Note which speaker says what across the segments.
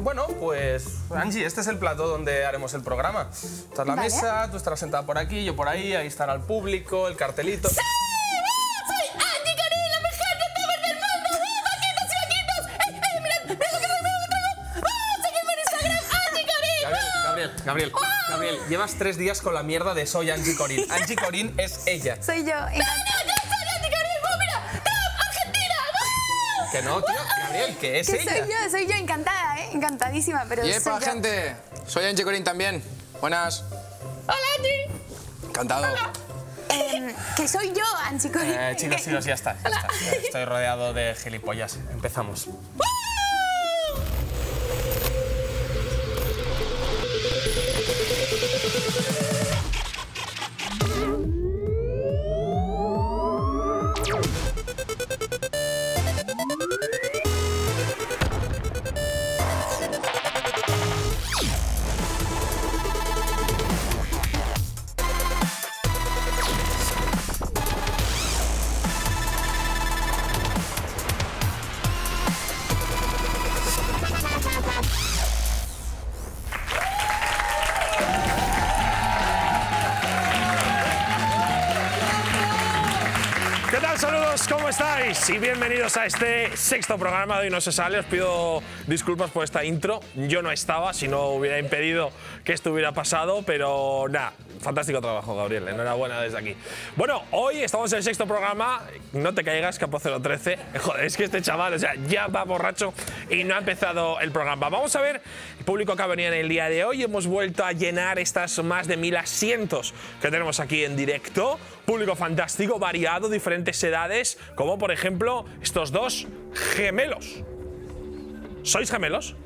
Speaker 1: Bueno, pues Angie, este es el plató donde haremos el programa. Esta es la
Speaker 2: Vale.
Speaker 1: mesa, tú estarás sentada por aquí, yo por ahí, ahí estará el público, el cartelito.
Speaker 2: ¡Sí! ¡Ah! ¡Soy Andy Carey, la mejor de todo del mundo! ¡Ah, vaquitos y vaquitos! ¡Eh, eh, mirad! ¡Mirad lo que traigo, mirad lo que traigo! ¡Ah, seguidme en Instagram! ¡Andy Carey!
Speaker 1: Gabriel, Gabriel, Gabriel,
Speaker 3: ¡Oh!
Speaker 1: Gabriel, llevas tres días con la mierda de soy Angie Corín. Angie Corín es ella.
Speaker 3: Soy yo.
Speaker 2: ¡Ah, no, yo soy Andy Carey! ¡Oh, mira! ¡Trump, Argentina! ¡Ah!
Speaker 1: Que no, tío, Gabriel, que es
Speaker 3: Que soy
Speaker 1: ella. Eh,
Speaker 3: yo, soy yo encantada, ¿eh? Encantadísima, pero soy
Speaker 4: ¡Yepa,
Speaker 3: yo.
Speaker 4: gente! Soy Angie Corín también. Buenas.
Speaker 2: ¡Hola, Andy!
Speaker 4: Encantado.
Speaker 3: Em, que soy yo, Anchi Corín.
Speaker 1: Eh, chicos,
Speaker 3: Que-
Speaker 1: chicos, ya está, ya está. Ya Estoy rodeado de gilipollas. Empezamos.
Speaker 5: ¿Qué tal? Saludos, ¿cómo estáis? Y bienvenidos a este sexto programa de Hoy No Se Sale. Os pido disculpas por esta intro. Yo no estaba, si no hubiera impedido que esto hubiera pasado, pero nada, fantástico trabajo, Gabriel. Enhorabuena desde aquí. Bueno, hoy estamos en el sexto programa. No te caigas, Capo 013. Joder, es que este chaval, o sea, ya va borracho y no ha empezado el programa. Vamos a ver el público que venía en el día de hoy. Hemos vuelto a llenar estas más de mil asientos que tenemos aquí en directo. Público fantástico, variado, diferentes edades, como por ejemplo estos dos gemelos. ¿Sois gemelos?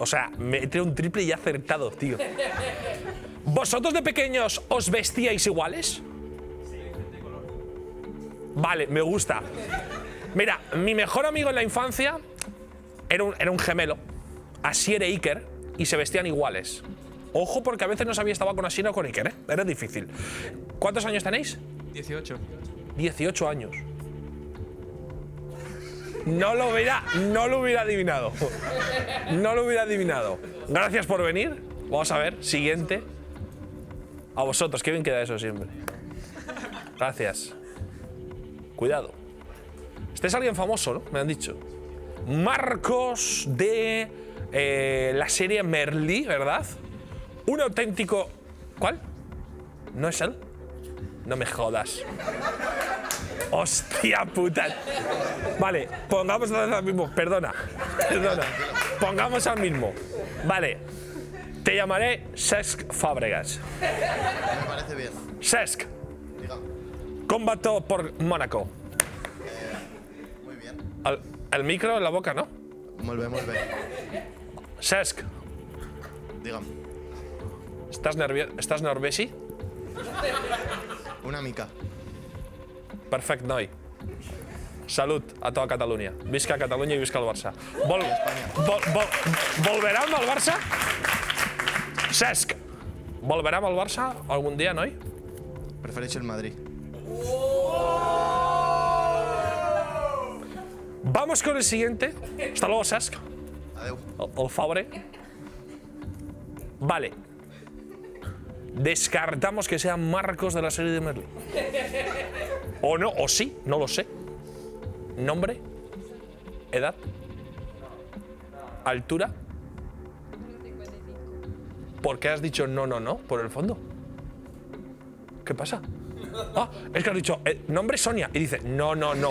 Speaker 5: O sea, me he un triple y he acertado, tío. ¿Vosotros de pequeños os vestíais iguales? Vale, me gusta. Mira, mi mejor amigo en la infancia era un, era un gemelo. Asier e Iker y se vestían iguales. Ojo, porque a veces no sabía si estaba con Asier o con Iker, ¿eh? Era difícil. ¿Cuántos años tenéis?
Speaker 1: 18.
Speaker 5: 18 años. No lo hubiera, no lo hubiera adivinado. No lo hubiera adivinado. Gracias por venir. Vamos a ver, siguiente. A vosotros, qué bien queda eso siempre. Gracias. Cuidado. Este es alguien famoso, ¿no? Me han dicho. Marcos de eh, la serie Merlí, ¿verdad? Un auténtico. ¿Cuál? ¿No es él? No me jodas. Hostia puta. Vale, pongamos otra vez al mismo. Perdona. Perdona. Pongamos al mismo. Vale. Te llamaré Sesc Fábregas. Me parece bien. Sesc. Combató por Mónaco.
Speaker 6: Muy bien.
Speaker 5: Al- el micro en la boca, ¿no?
Speaker 6: Molt bé, molt bé.
Speaker 5: Sesc.
Speaker 6: Digue'm,
Speaker 5: ¿Estás nervioso? ¿Estás nervioso?
Speaker 6: una mica.
Speaker 5: Perfecto, noi. Salud a toda Cataluña. Visca Cataluña y visca el Barça. Vol, vol, vol, volverà amb el Barça? Cesc, volverà amb el Barça algun dia, noi?
Speaker 6: Prefereixo el Madrid.
Speaker 5: Vamos con el siguiente. Hasta luego, Cesc.
Speaker 6: Adeu.
Speaker 5: El, el Fabre. Vale. Descartamos que sean Marcos de la serie de Merlin. O no, o sí, no lo sé. Nombre. Edad. Altura. ¿Por qué has dicho no, no, no? Por el fondo. ¿Qué pasa? Ah, es que has dicho, eh, nombre Sonia. Y dice, no, no, no.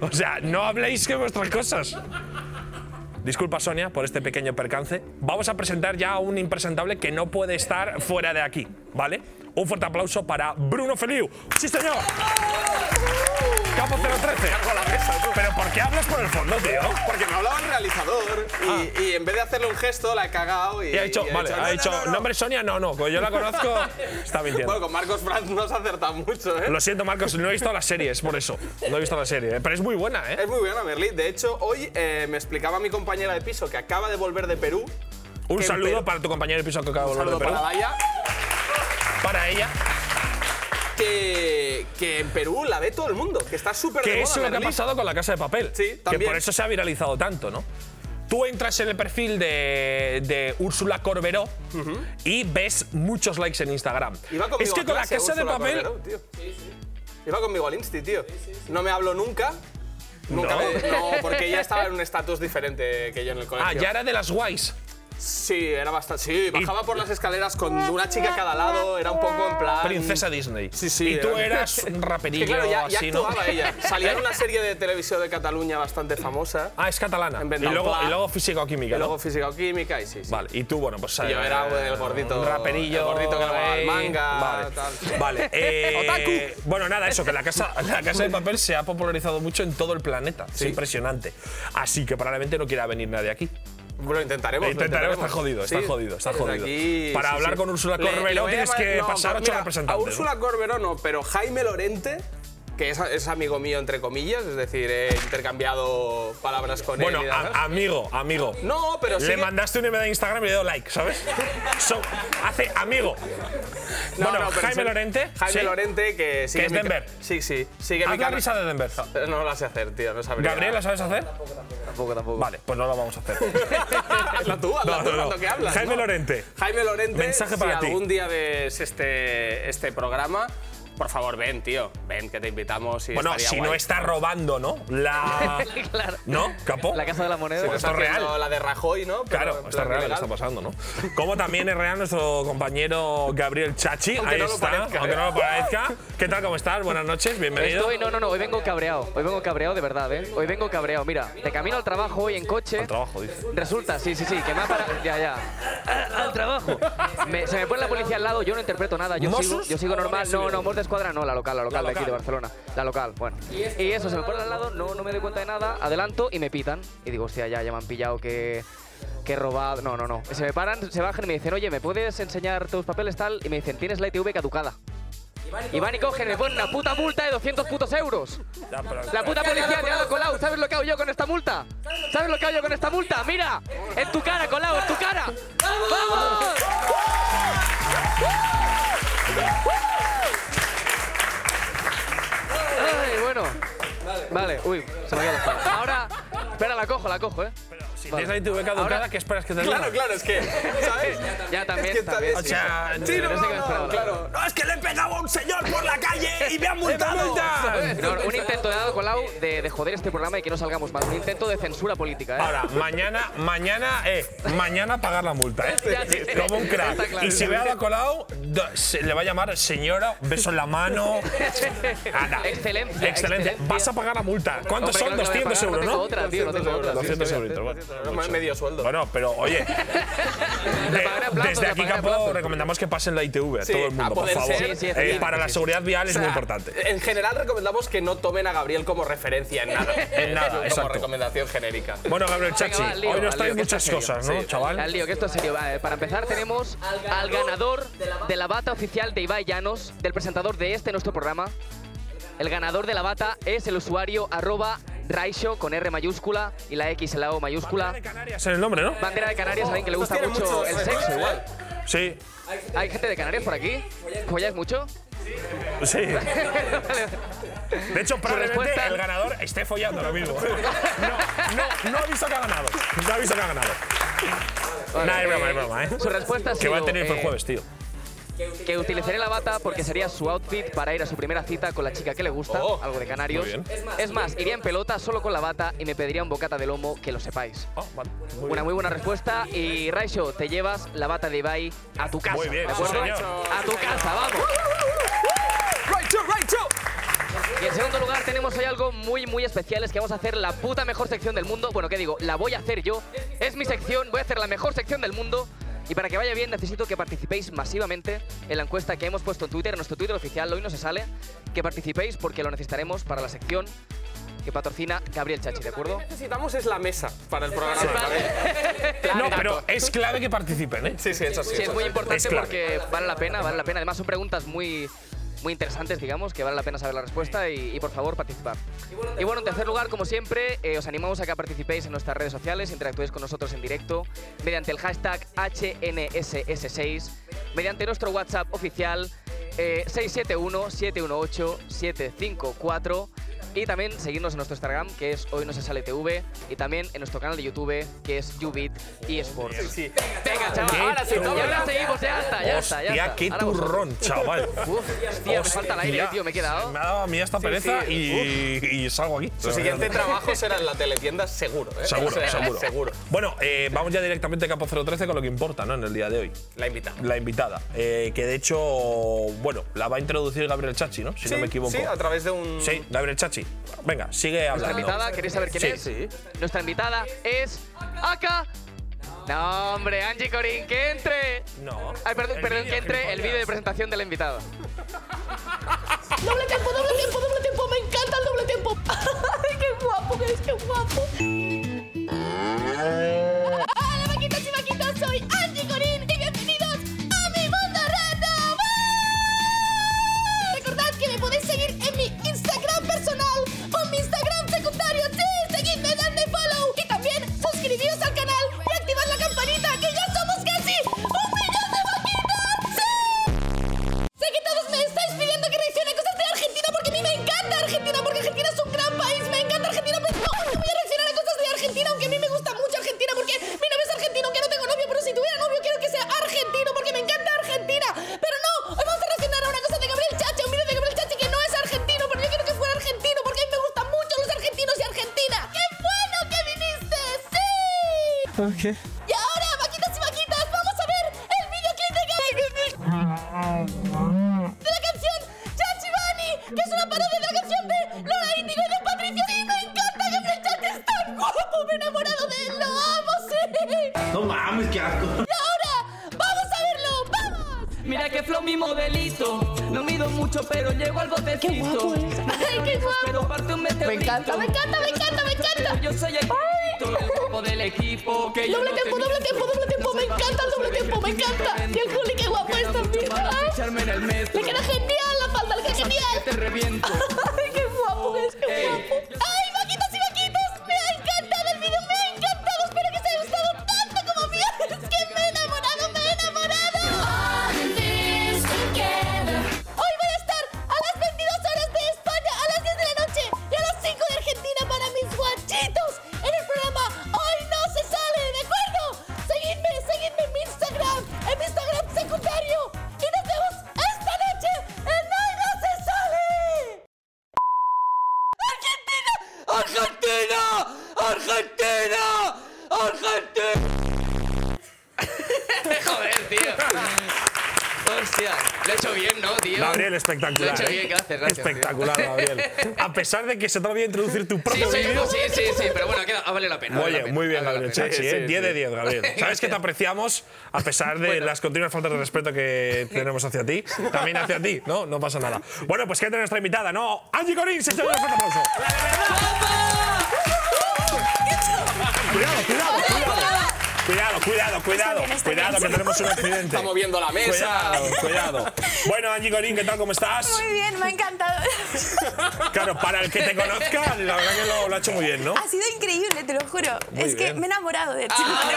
Speaker 5: o sea, no habléis que vuestras cosas. Disculpa, Sonia, por este pequeño percance. Vamos a presentar ya a un impresentable que no puede estar fuera de aquí, ¿vale? Un fuerte aplauso para Bruno Feliu. ¡Sí, señor! Capo 013. ¿Pero por qué hablas por el fondo, tío?
Speaker 7: Porque me hablaba el realizador y,
Speaker 1: Ah.
Speaker 7: y en vez de hacerle un gesto la he cagado y,
Speaker 5: Y ha dicho,
Speaker 7: y
Speaker 5: vale,
Speaker 7: "No,
Speaker 5: ha
Speaker 7: no,
Speaker 5: dicho,
Speaker 7: no, no".
Speaker 5: nombre Sonia, no, no, como yo la conozco, está mintiendo.
Speaker 7: Bueno, con Marcos Franz no se acerta mucho, ¿eh?
Speaker 5: Lo siento, Marcos, no he visto las series, por eso. No he visto la serie, ¿eh? pero es muy buena, ¿eh?
Speaker 7: Es muy buena, Merlí. De hecho, hoy eh, me explicaba mi compañera de piso que acaba de volver de Perú.
Speaker 5: Un
Speaker 7: que en
Speaker 5: saludo
Speaker 7: Perú-
Speaker 5: para tu compañero de piso que acaba de
Speaker 7: Un
Speaker 5: volver de
Speaker 7: saludo
Speaker 5: Perú.
Speaker 7: para Daya.
Speaker 5: Para ella.
Speaker 7: que que, que en Perú la ve todo el mundo, que está súper de
Speaker 5: Que
Speaker 7: moda
Speaker 5: eso es lo que ha
Speaker 7: Merlí.
Speaker 5: pasado con la casa de papel.
Speaker 7: Sí,
Speaker 5: Que
Speaker 7: también.
Speaker 5: por eso se ha viralizado tanto, ¿no? Tú entras en el perfil de, de Úrsula Corberó y ves muchos likes en Instagram.
Speaker 7: Iba conmigo
Speaker 5: Es que
Speaker 7: a
Speaker 5: con la
Speaker 7: clase,
Speaker 5: casa de
Speaker 7: Úrsula
Speaker 5: papel.
Speaker 7: Corberó, tío. Iba conmigo al Insti, tío. No me hablo nunca. Nunca
Speaker 5: No.
Speaker 7: me- no, porque ella estaba en un estatus diferente que yo en el colegio.
Speaker 5: Ah, ya era de las guays.
Speaker 7: Sí, era bastante. Sí, bajaba por las escaleras con una chica a cada lado, era un poco en plan.
Speaker 5: Princesa Disney.
Speaker 7: Sí, sí,
Speaker 5: Y tú
Speaker 7: era-
Speaker 5: eras un
Speaker 7: Es
Speaker 5: raperillo
Speaker 7: que claro, ya, ya
Speaker 5: así, ¿no?
Speaker 7: actuaba ella. Salía en una serie de televisión de Cataluña bastante famosa.
Speaker 5: Ah, es catalana.
Speaker 7: En
Speaker 5: Y
Speaker 7: Ventau
Speaker 5: luego,
Speaker 7: Pla.
Speaker 5: y luego físico-química.
Speaker 7: Y
Speaker 5: ¿no?
Speaker 7: luego física o química y sí, sí.
Speaker 5: Vale, y tú, bueno, pues.
Speaker 7: Y yo
Speaker 5: eh,
Speaker 7: era el gordito-
Speaker 5: Un raperillo.
Speaker 7: el gordito que le guardaba el
Speaker 5: ahí.
Speaker 7: manga,
Speaker 5: Vale.
Speaker 7: tal.
Speaker 5: vale eh, Bueno, nada, eso, que la casa, la casa de papel se ha popularizado mucho en todo el planeta. Es impresionante. Así que probablemente no quiera venir nadie aquí.
Speaker 7: Bueno, intentaremos.
Speaker 5: Lo
Speaker 7: lo
Speaker 5: intentaremos, está jodido, está
Speaker 7: Sí,
Speaker 5: jodido, está
Speaker 7: desde
Speaker 5: jodido.
Speaker 7: aquí,
Speaker 5: Para
Speaker 7: sí,
Speaker 5: hablar
Speaker 7: sí.
Speaker 5: con Úrsula
Speaker 7: Le- le
Speaker 5: Corberó
Speaker 7: voy a
Speaker 5: tienes
Speaker 7: llamar-
Speaker 5: que
Speaker 7: no,
Speaker 5: pasar ocho
Speaker 7: mira,
Speaker 5: representantes.
Speaker 7: A Úrsula Corberó no, pero Jaime Lorente, que es, es amigo mío, entre comillas, es decir, he intercambiado palabras con
Speaker 5: ¿no? Bueno,
Speaker 7: él. y demás.
Speaker 5: a- amigo, amigo.
Speaker 7: no, pero sí.
Speaker 5: Le
Speaker 7: que-
Speaker 5: mandaste un email de Instagram y le dio like, ¿sabes? So- hace amigo.
Speaker 7: no,
Speaker 5: bueno,
Speaker 7: no, pero
Speaker 5: Jaime
Speaker 7: sí-
Speaker 5: Lorente.
Speaker 7: Jaime
Speaker 5: sí.
Speaker 7: Lorente, que sigue.
Speaker 5: es
Speaker 7: mi ca-
Speaker 5: Denver.
Speaker 7: Sí, sí. Sigue mi
Speaker 5: Haz la
Speaker 7: canal.
Speaker 5: risa de Denver.
Speaker 7: No la sé hacer, tío, no sabría.
Speaker 5: Gabriel, ¿la sabes hacer?
Speaker 7: Tampoco, tampoco.
Speaker 5: Vale, pues no la vamos a hacer.
Speaker 7: la tú, hazla
Speaker 5: No,
Speaker 7: tú
Speaker 5: no, no.
Speaker 7: cuando que hablas.
Speaker 5: Jaime
Speaker 7: ¿no?
Speaker 5: Lorente.
Speaker 7: Jaime Lorente,
Speaker 5: Mensaje para
Speaker 7: si
Speaker 5: ti.
Speaker 7: algún día ves este, este programa, por favor, ven, tío. Ven, que te invitamos. Y
Speaker 5: Bueno,
Speaker 7: estaría
Speaker 5: si
Speaker 7: guay.
Speaker 5: no está robando, ¿no? La.
Speaker 8: Claro.
Speaker 5: ¿No? ¿Capó?
Speaker 8: La casa de la moneda.
Speaker 5: Pues
Speaker 7: Está
Speaker 5: esto es real.
Speaker 7: haciendo La de Rajoy, ¿no? Pero en
Speaker 5: Claro, esto
Speaker 7: plan
Speaker 5: es real,
Speaker 7: ilegal.
Speaker 5: está pasando, ¿no? Como también es real nuestro compañero Gabriel Chachi.
Speaker 7: Aunque
Speaker 5: Ahí
Speaker 7: no lo
Speaker 5: está,
Speaker 7: parezca,
Speaker 5: aunque
Speaker 7: ¿eh?
Speaker 5: no lo parezca. ¿Qué tal, cómo estás? Buenas noches, bienvenido.
Speaker 8: Estoy, no, no, no, hoy vengo cabreado. Hoy vengo cabreado de verdad, ¿eh? Hoy vengo cabreado. Mira, de camino al trabajo hoy en coche.
Speaker 5: Al trabajo, dice.
Speaker 8: Resulta, sí, sí, sí, que me ha parado. Ya, ya. Ah, Al trabajo. Me- se me pone la policía al lado, yo no interpreto nada. Yo,
Speaker 5: ¿Mossos?
Speaker 8: sigo, yo sigo
Speaker 5: ¿O
Speaker 8: normal.
Speaker 5: habías
Speaker 8: No,
Speaker 5: ido?
Speaker 8: no, Mos de Escuadra no, la local, la local
Speaker 5: La
Speaker 8: de aquí de
Speaker 5: local.
Speaker 8: Barcelona. La local, bueno. Y eso, se me pone al lado, no, no me doy cuenta de nada, adelanto y me pitan. Y digo, hostia, ya, ya me han pillado que. Que he robado. No, no, no. Se me paran, se bajan y me dicen, oye, ¿me puedes enseñar tus papeles tal? Y me dicen, tienes la ITV caducada. Y van y cogen, me ponen una puta multa de 200 putos euros.
Speaker 5: Ya, pero-
Speaker 8: La puta policía te ha dado Colau. ¿Sabes lo que hago yo con esta multa? ¿Sabes lo que hago yo con esta multa? Mira, en tu cara, Colau, en tu cara. ¡Vamos! Ay, bueno. Vale, uy, se me ha quedado la Ahora, espera, la cojo, la cojo, ¿eh.
Speaker 5: Si
Speaker 8: Vale.
Speaker 5: tienes la ITV caducada,
Speaker 8: Ahora-
Speaker 5: ¿qué esperas que te diga?
Speaker 7: Claro, claro, es que. ¿Sabes?
Speaker 8: Ya también,
Speaker 7: Es que
Speaker 8: también.
Speaker 5: O sea,
Speaker 7: Sí, no,
Speaker 8: No sé qué me
Speaker 7: no,
Speaker 8: esperaba,
Speaker 7: no,
Speaker 8: la
Speaker 7: claro.
Speaker 5: no, es que le he pegado a un señor por la calle y me han multado.
Speaker 8: No, un intento de dado Colau de, de joder este programa y que no salgamos más. Un intento de censura política, ¿eh?
Speaker 5: Ahora, mañana, mañana, eh, mañana pagar la multa, eh.
Speaker 8: Ya, sí.
Speaker 5: Como un
Speaker 8: Está
Speaker 5: crack.
Speaker 8: claro.
Speaker 5: Y si ve a la Colau, do- se le va a llamar señora, beso en la mano. Ana.
Speaker 8: Excelencia,
Speaker 5: Excelente.
Speaker 8: excelencia.
Speaker 5: Vas a pagar la multa. ¿Cuántos
Speaker 8: Hombre,
Speaker 5: son?
Speaker 8: claro que voy a
Speaker 5: 200
Speaker 8: pagar,
Speaker 5: euros, ¿no?
Speaker 8: No tengo otra, tío, no tengo otra.
Speaker 5: 200
Speaker 8: Sí, sí,
Speaker 5: euros, bueno.
Speaker 7: Me- Medio sueldo.
Speaker 5: Bueno, pero oye, de-
Speaker 8: La pagaré a plazos,
Speaker 5: desde
Speaker 8: la
Speaker 5: aquí,
Speaker 8: pagaré a
Speaker 5: Capo,
Speaker 8: plazos.
Speaker 5: recomendamos que pasen la ITV a
Speaker 7: Sí,
Speaker 5: todo el
Speaker 7: a
Speaker 5: mundo, por
Speaker 7: poder
Speaker 5: favor.
Speaker 7: ser.
Speaker 8: Sí, sí,
Speaker 5: Eh,
Speaker 8: efectivamente,
Speaker 5: para la
Speaker 8: sí.
Speaker 5: seguridad vial es
Speaker 7: O sea,
Speaker 5: muy
Speaker 8: eh,
Speaker 5: importante.
Speaker 7: En general recomendamos que no tomen a Gabriel como referencia en nada.
Speaker 5: En nada,
Speaker 7: Como
Speaker 5: exacto.
Speaker 7: recomendación genérica.
Speaker 5: Bueno, Gabriel
Speaker 8: Venga,
Speaker 5: Chachi,
Speaker 8: va, al lío,
Speaker 5: hoy
Speaker 8: al
Speaker 5: nos traes
Speaker 8: lío, que
Speaker 5: muchas
Speaker 8: esto es serio.
Speaker 5: cosas, ¿no,
Speaker 8: Sí.
Speaker 5: chaval?
Speaker 8: Al lío, que esto es serio. Vale, para empezar, tenemos al ganador de la bata oficial de Ibai Llanos, del presentador de este nuestro programa. El ganador de la bata es el usuario arroba Raisho con R mayúscula y la X en la O mayúscula.
Speaker 5: De Canarias es el nombre, ¿no?
Speaker 8: Bandera de Canarias, alguien que le
Speaker 7: Estos
Speaker 8: gusta
Speaker 7: tienen
Speaker 8: mucho
Speaker 7: muchos
Speaker 8: el
Speaker 7: referentes,
Speaker 8: sexo,
Speaker 7: ¿eh?
Speaker 8: igual.
Speaker 5: Sí,
Speaker 8: ¿Hay gente de Canarias por aquí? ¿Folláis mucho?
Speaker 5: sí. De hecho, probablemente
Speaker 8: respuesta-
Speaker 5: el ganador esté follando ahora mismo. No, no, no aviso que ha ganado. No aviso que ha ganado. Nada, es broma, es broma, ¿eh?
Speaker 8: Su respuesta ha
Speaker 5: Que va a
Speaker 8: sido,
Speaker 5: tener fue el
Speaker 8: eh,
Speaker 5: jueves, tío.
Speaker 8: que utilizaría la bata porque sería su outfit para ir a su primera cita con la chica que le gusta,
Speaker 5: Oh,
Speaker 8: algo de Canarios.
Speaker 5: muy bien.
Speaker 8: Es más, iría en pelota solo con la bata y me pediría un bocata de lomo, que lo sepáis.
Speaker 5: Oh, vale. Muy
Speaker 8: Una
Speaker 5: bien.
Speaker 8: muy buena respuesta y Raisho, te llevas la bata de Ibai a tu casa.
Speaker 5: Muy bien,
Speaker 8: ¿de
Speaker 5: sí,
Speaker 8: acuerdo?
Speaker 5: señor.
Speaker 8: A tu casa, vamos. Y en segundo lugar tenemos hoy algo muy, muy especial, es que vamos a hacer la puta mejor sección del mundo. Bueno, ¿qué digo? La voy a hacer yo. Es mi sección, voy a hacer la mejor sección del mundo. Y para que vaya bien necesito que participéis masivamente en la encuesta que hemos puesto en Twitter, en nuestro Twitter oficial, hoy no se sale. Que participéis porque lo necesitaremos para la sección que patrocina Gabriel Chachi, ¿de acuerdo?
Speaker 7: necesitamos es la mesa para el programa.
Speaker 5: No, pero es clave que participen, ¿eh?
Speaker 7: Sí, sí, eso sí.
Speaker 8: Sí, es muy
Speaker 5: Es
Speaker 8: importante
Speaker 5: clave.
Speaker 8: porque vale la pena, vale la pena. Además son preguntas muy, muy interesantes, digamos, que vale la pena saber la respuesta y, y, por favor participar. Y bueno, en tercer lugar, como siempre, eh, os animamos a que participéis en nuestras redes sociales, interactuéis con nosotros en directo mediante el hashtag HNSS6, mediante nuestro WhatsApp oficial eh, 671-718-754 y también seguirnos en nuestro Instagram, que es Hoy No Se Sale TV, y también en nuestro canal de YouTube, que es Ubit eSports. Venga, chaval, ahora sí,
Speaker 5: Qué
Speaker 8: ya la
Speaker 5: turrón.
Speaker 8: seguimos, ya está, Ah, ya está, ya
Speaker 5: Hostia,
Speaker 8: está.
Speaker 5: qué
Speaker 8: Ahora vosotros.
Speaker 5: turrón, chaval.
Speaker 8: Uf, hostia, me falta el aire, tío, me he quedado.
Speaker 5: Me ha dado a mí esta pereza
Speaker 7: sí,
Speaker 5: Y, y salgo aquí.
Speaker 7: Su siguiente trabajo será en la teletienda, seguro. ¿eh?
Speaker 5: Seguro,
Speaker 7: O sea,
Speaker 5: seguro.
Speaker 7: seguro.
Speaker 5: Bueno, eh, vamos ya directamente a Capo 013 con lo que importa, ¿no? En el día de hoy.
Speaker 7: La invitamos.
Speaker 5: La invitada, eh, que de hecho, bueno, la va a introducir Gabriel Chachi, ¿no? Si no me equivoco.
Speaker 7: Sí, a través de un.
Speaker 5: Sí, Gabriel Chachi. Venga, sigue
Speaker 8: Nuestra
Speaker 5: hablando.
Speaker 8: invitada, ¿queréis saber quién
Speaker 5: Sí.
Speaker 8: es? Nuestra invitada es Aka. No, hombre, Angie Corín, que entre.
Speaker 5: No.
Speaker 8: Ay, perdón,
Speaker 5: El
Speaker 8: perdón
Speaker 5: vídeo,
Speaker 8: que entre el
Speaker 5: gilipollas.
Speaker 8: vídeo de presentación de la invitada.
Speaker 2: Doble tiempo, doble tiempo, doble tiempo. Me encanta el doble tiempo. Ay, qué guapo eres, qué guapo. Hola, vaquitas y vaquitas. Soy Angie Corín y bienvenidos a mi mundo random. ¡Ah! Recordad que me podéis seguir en mi Instagram personal o mi Instagram secundario. Sí, seguidme, dadme follow y también suscribíos al canal y activad la campanita que ya somos casi un millón de vaquitas. ¡Sí! Sé que todos me estáis pidiendo que reaccione a cosas de Argentina porque a mí me encanta Argentina, porque Argentina es un gran país, me encanta Argentina, pero no, no voy a reaccionar a cosas de Argentina, aunque a mí me gusta mucho Argentina, porque mi novio es argentino, aunque no tengo novio, pero si tuviera novio quiero que sea argentino, porque me encanta Argentina. Pero no, hoy vamos a reaccionar a una cosa de Gabriel Chachi, un video de Gabriel Chachi que no es argentino, pero yo quiero que fuera argentino, porque a mí me gustan mucho los argentinos y Argentina. ¡Qué bueno que viniste! ¡Sí! Y ahora, vaquitas y vaquitas, vamos a ver el videoclip de Gabriel de la canción Chachibani, que es una parodia de la canción de Lola Índigo y de Patricio. Y me encanta que el chat es tan guapo, me he enamorado de él, lo amo, sí.
Speaker 9: No mames, qué asco.
Speaker 2: Y ahora, vamos a verlo, vamos.
Speaker 10: Mira que flow mi modelito, no mido mucho pero llego al botecito. Qué guapo
Speaker 2: Ay, qué guapo.
Speaker 10: Pero parte un meteorito.
Speaker 2: Me encanta, me encanta, me encanta.
Speaker 10: Yo soy el grito, el guapo del equipo. Que yo
Speaker 2: Doble
Speaker 10: no te
Speaker 2: tiempo, doble
Speaker 10: miento.
Speaker 2: tiempo, doble tiempo, me encanta el doble tiempo, me encanta. Y el Juli, qué guapo es también. ay.
Speaker 10: Echarme en el metro.
Speaker 2: Le queda genial la falda, le queda genial.
Speaker 10: Te reviento.
Speaker 2: ¡Ay, qué guapo es, qué guapo! ¡Ay, vaquitas y vaquitas! ¡Me ha encantado el video! ¡Me ha encantado! ¡Espero que os haya gustado tanto como a mí! ¡Es que me he enamorado, me he enamorado! Hoy voy a estar a las 22 horas de España, a las 10 de la noche y a las 5 de Argentina para mis guachitos en el programa Hoy no se sale, ¿de acuerdo? Seguidme, seguidme en mi Instagram, en mi Instagram secundario y nos vemos esta noche en Hoy no se sale. Argentina, Argentina, Argentina, Argentina.
Speaker 8: Joder, tío. Hostia, lo he hecho bien, ¿no, tío?
Speaker 5: Gabriel, espectacular.
Speaker 8: Lo he hecho bien,
Speaker 5: ¿eh?
Speaker 8: gracias, gracias, tío.
Speaker 5: Espectacular, Gabriel. A pesar de que se te había introducir tu
Speaker 8: Sí,
Speaker 5: propio
Speaker 8: sí,
Speaker 5: vídeo.
Speaker 8: sí, sí, sí, pero bueno, ha, quedado- ha valido la pena. ha valido la
Speaker 5: Oye,
Speaker 8: pena,
Speaker 5: muy bien,
Speaker 8: ha valido la
Speaker 5: Gabriel
Speaker 8: pena.
Speaker 5: Chachi, ¿eh? 10 de 10, Gabriel. Sabes que te apreciamos a pesar de las continuas faltas de respeto que tenemos hacia ti. También hacia ti, ¿no? No pasa nada. Bueno, pues quédate nuestra invitada, ¿no? Angie Corín, se echa un fuerte aplauso. Cuidado, cuidado, cuidado. Cuidado, cuidado, cuidado.
Speaker 3: bien, está
Speaker 5: Cuidado, que
Speaker 3: bien.
Speaker 5: tenemos un accidente.
Speaker 7: Está moviendo la mesa.
Speaker 5: Cuidado, cuidado. Bueno, Angie Corín, ¿qué tal? ¿Cómo estás?
Speaker 3: Muy bien, me ha encantado.
Speaker 5: Claro, para el que te conozca, la verdad que lo, lo ha hecho muy bien, ¿no?
Speaker 3: Ha sido increíble, te lo juro.
Speaker 5: Muy
Speaker 3: Ah, es que
Speaker 5: bien.
Speaker 3: me he enamorado de ti.
Speaker 5: Ah,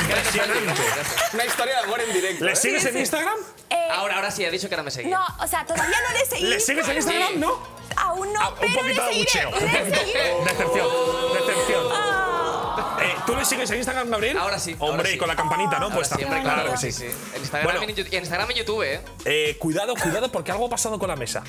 Speaker 5: Impresionante.
Speaker 7: Una historia de amor en directo.
Speaker 5: ¿Le
Speaker 7: ¿eh?
Speaker 5: sigues en Instagram?
Speaker 3: Eh,
Speaker 8: Ahora, ahora sí, ha dicho que ahora me seguía.
Speaker 3: no, o sea, todavía no le seguí.
Speaker 5: ah, ¿Le sigues en Instagram? No.
Speaker 3: Aún no,
Speaker 5: Ah, un
Speaker 3: pero
Speaker 5: poquito de
Speaker 3: le seguiré.
Speaker 5: abucheo.
Speaker 3: Le seguiré. Ah.
Speaker 5: Decepción, decepción. Eh, ¿Tú le sigues en Instagram, Gabriel?
Speaker 8: Ahora sí, ahora
Speaker 5: Hombre,
Speaker 8: sí.
Speaker 5: y con la campanita, ¿no?
Speaker 8: Ahora
Speaker 5: Puesta.
Speaker 8: sí, hombre,
Speaker 3: Claro
Speaker 8: claro,
Speaker 3: que
Speaker 8: sí, sí. En Instagram,
Speaker 5: Bueno.
Speaker 8: y en YouTube- y en Instagram y en YouTube, ¿eh?
Speaker 5: Eh, cuidado, cuidado, porque algo ha pasado con la mesa.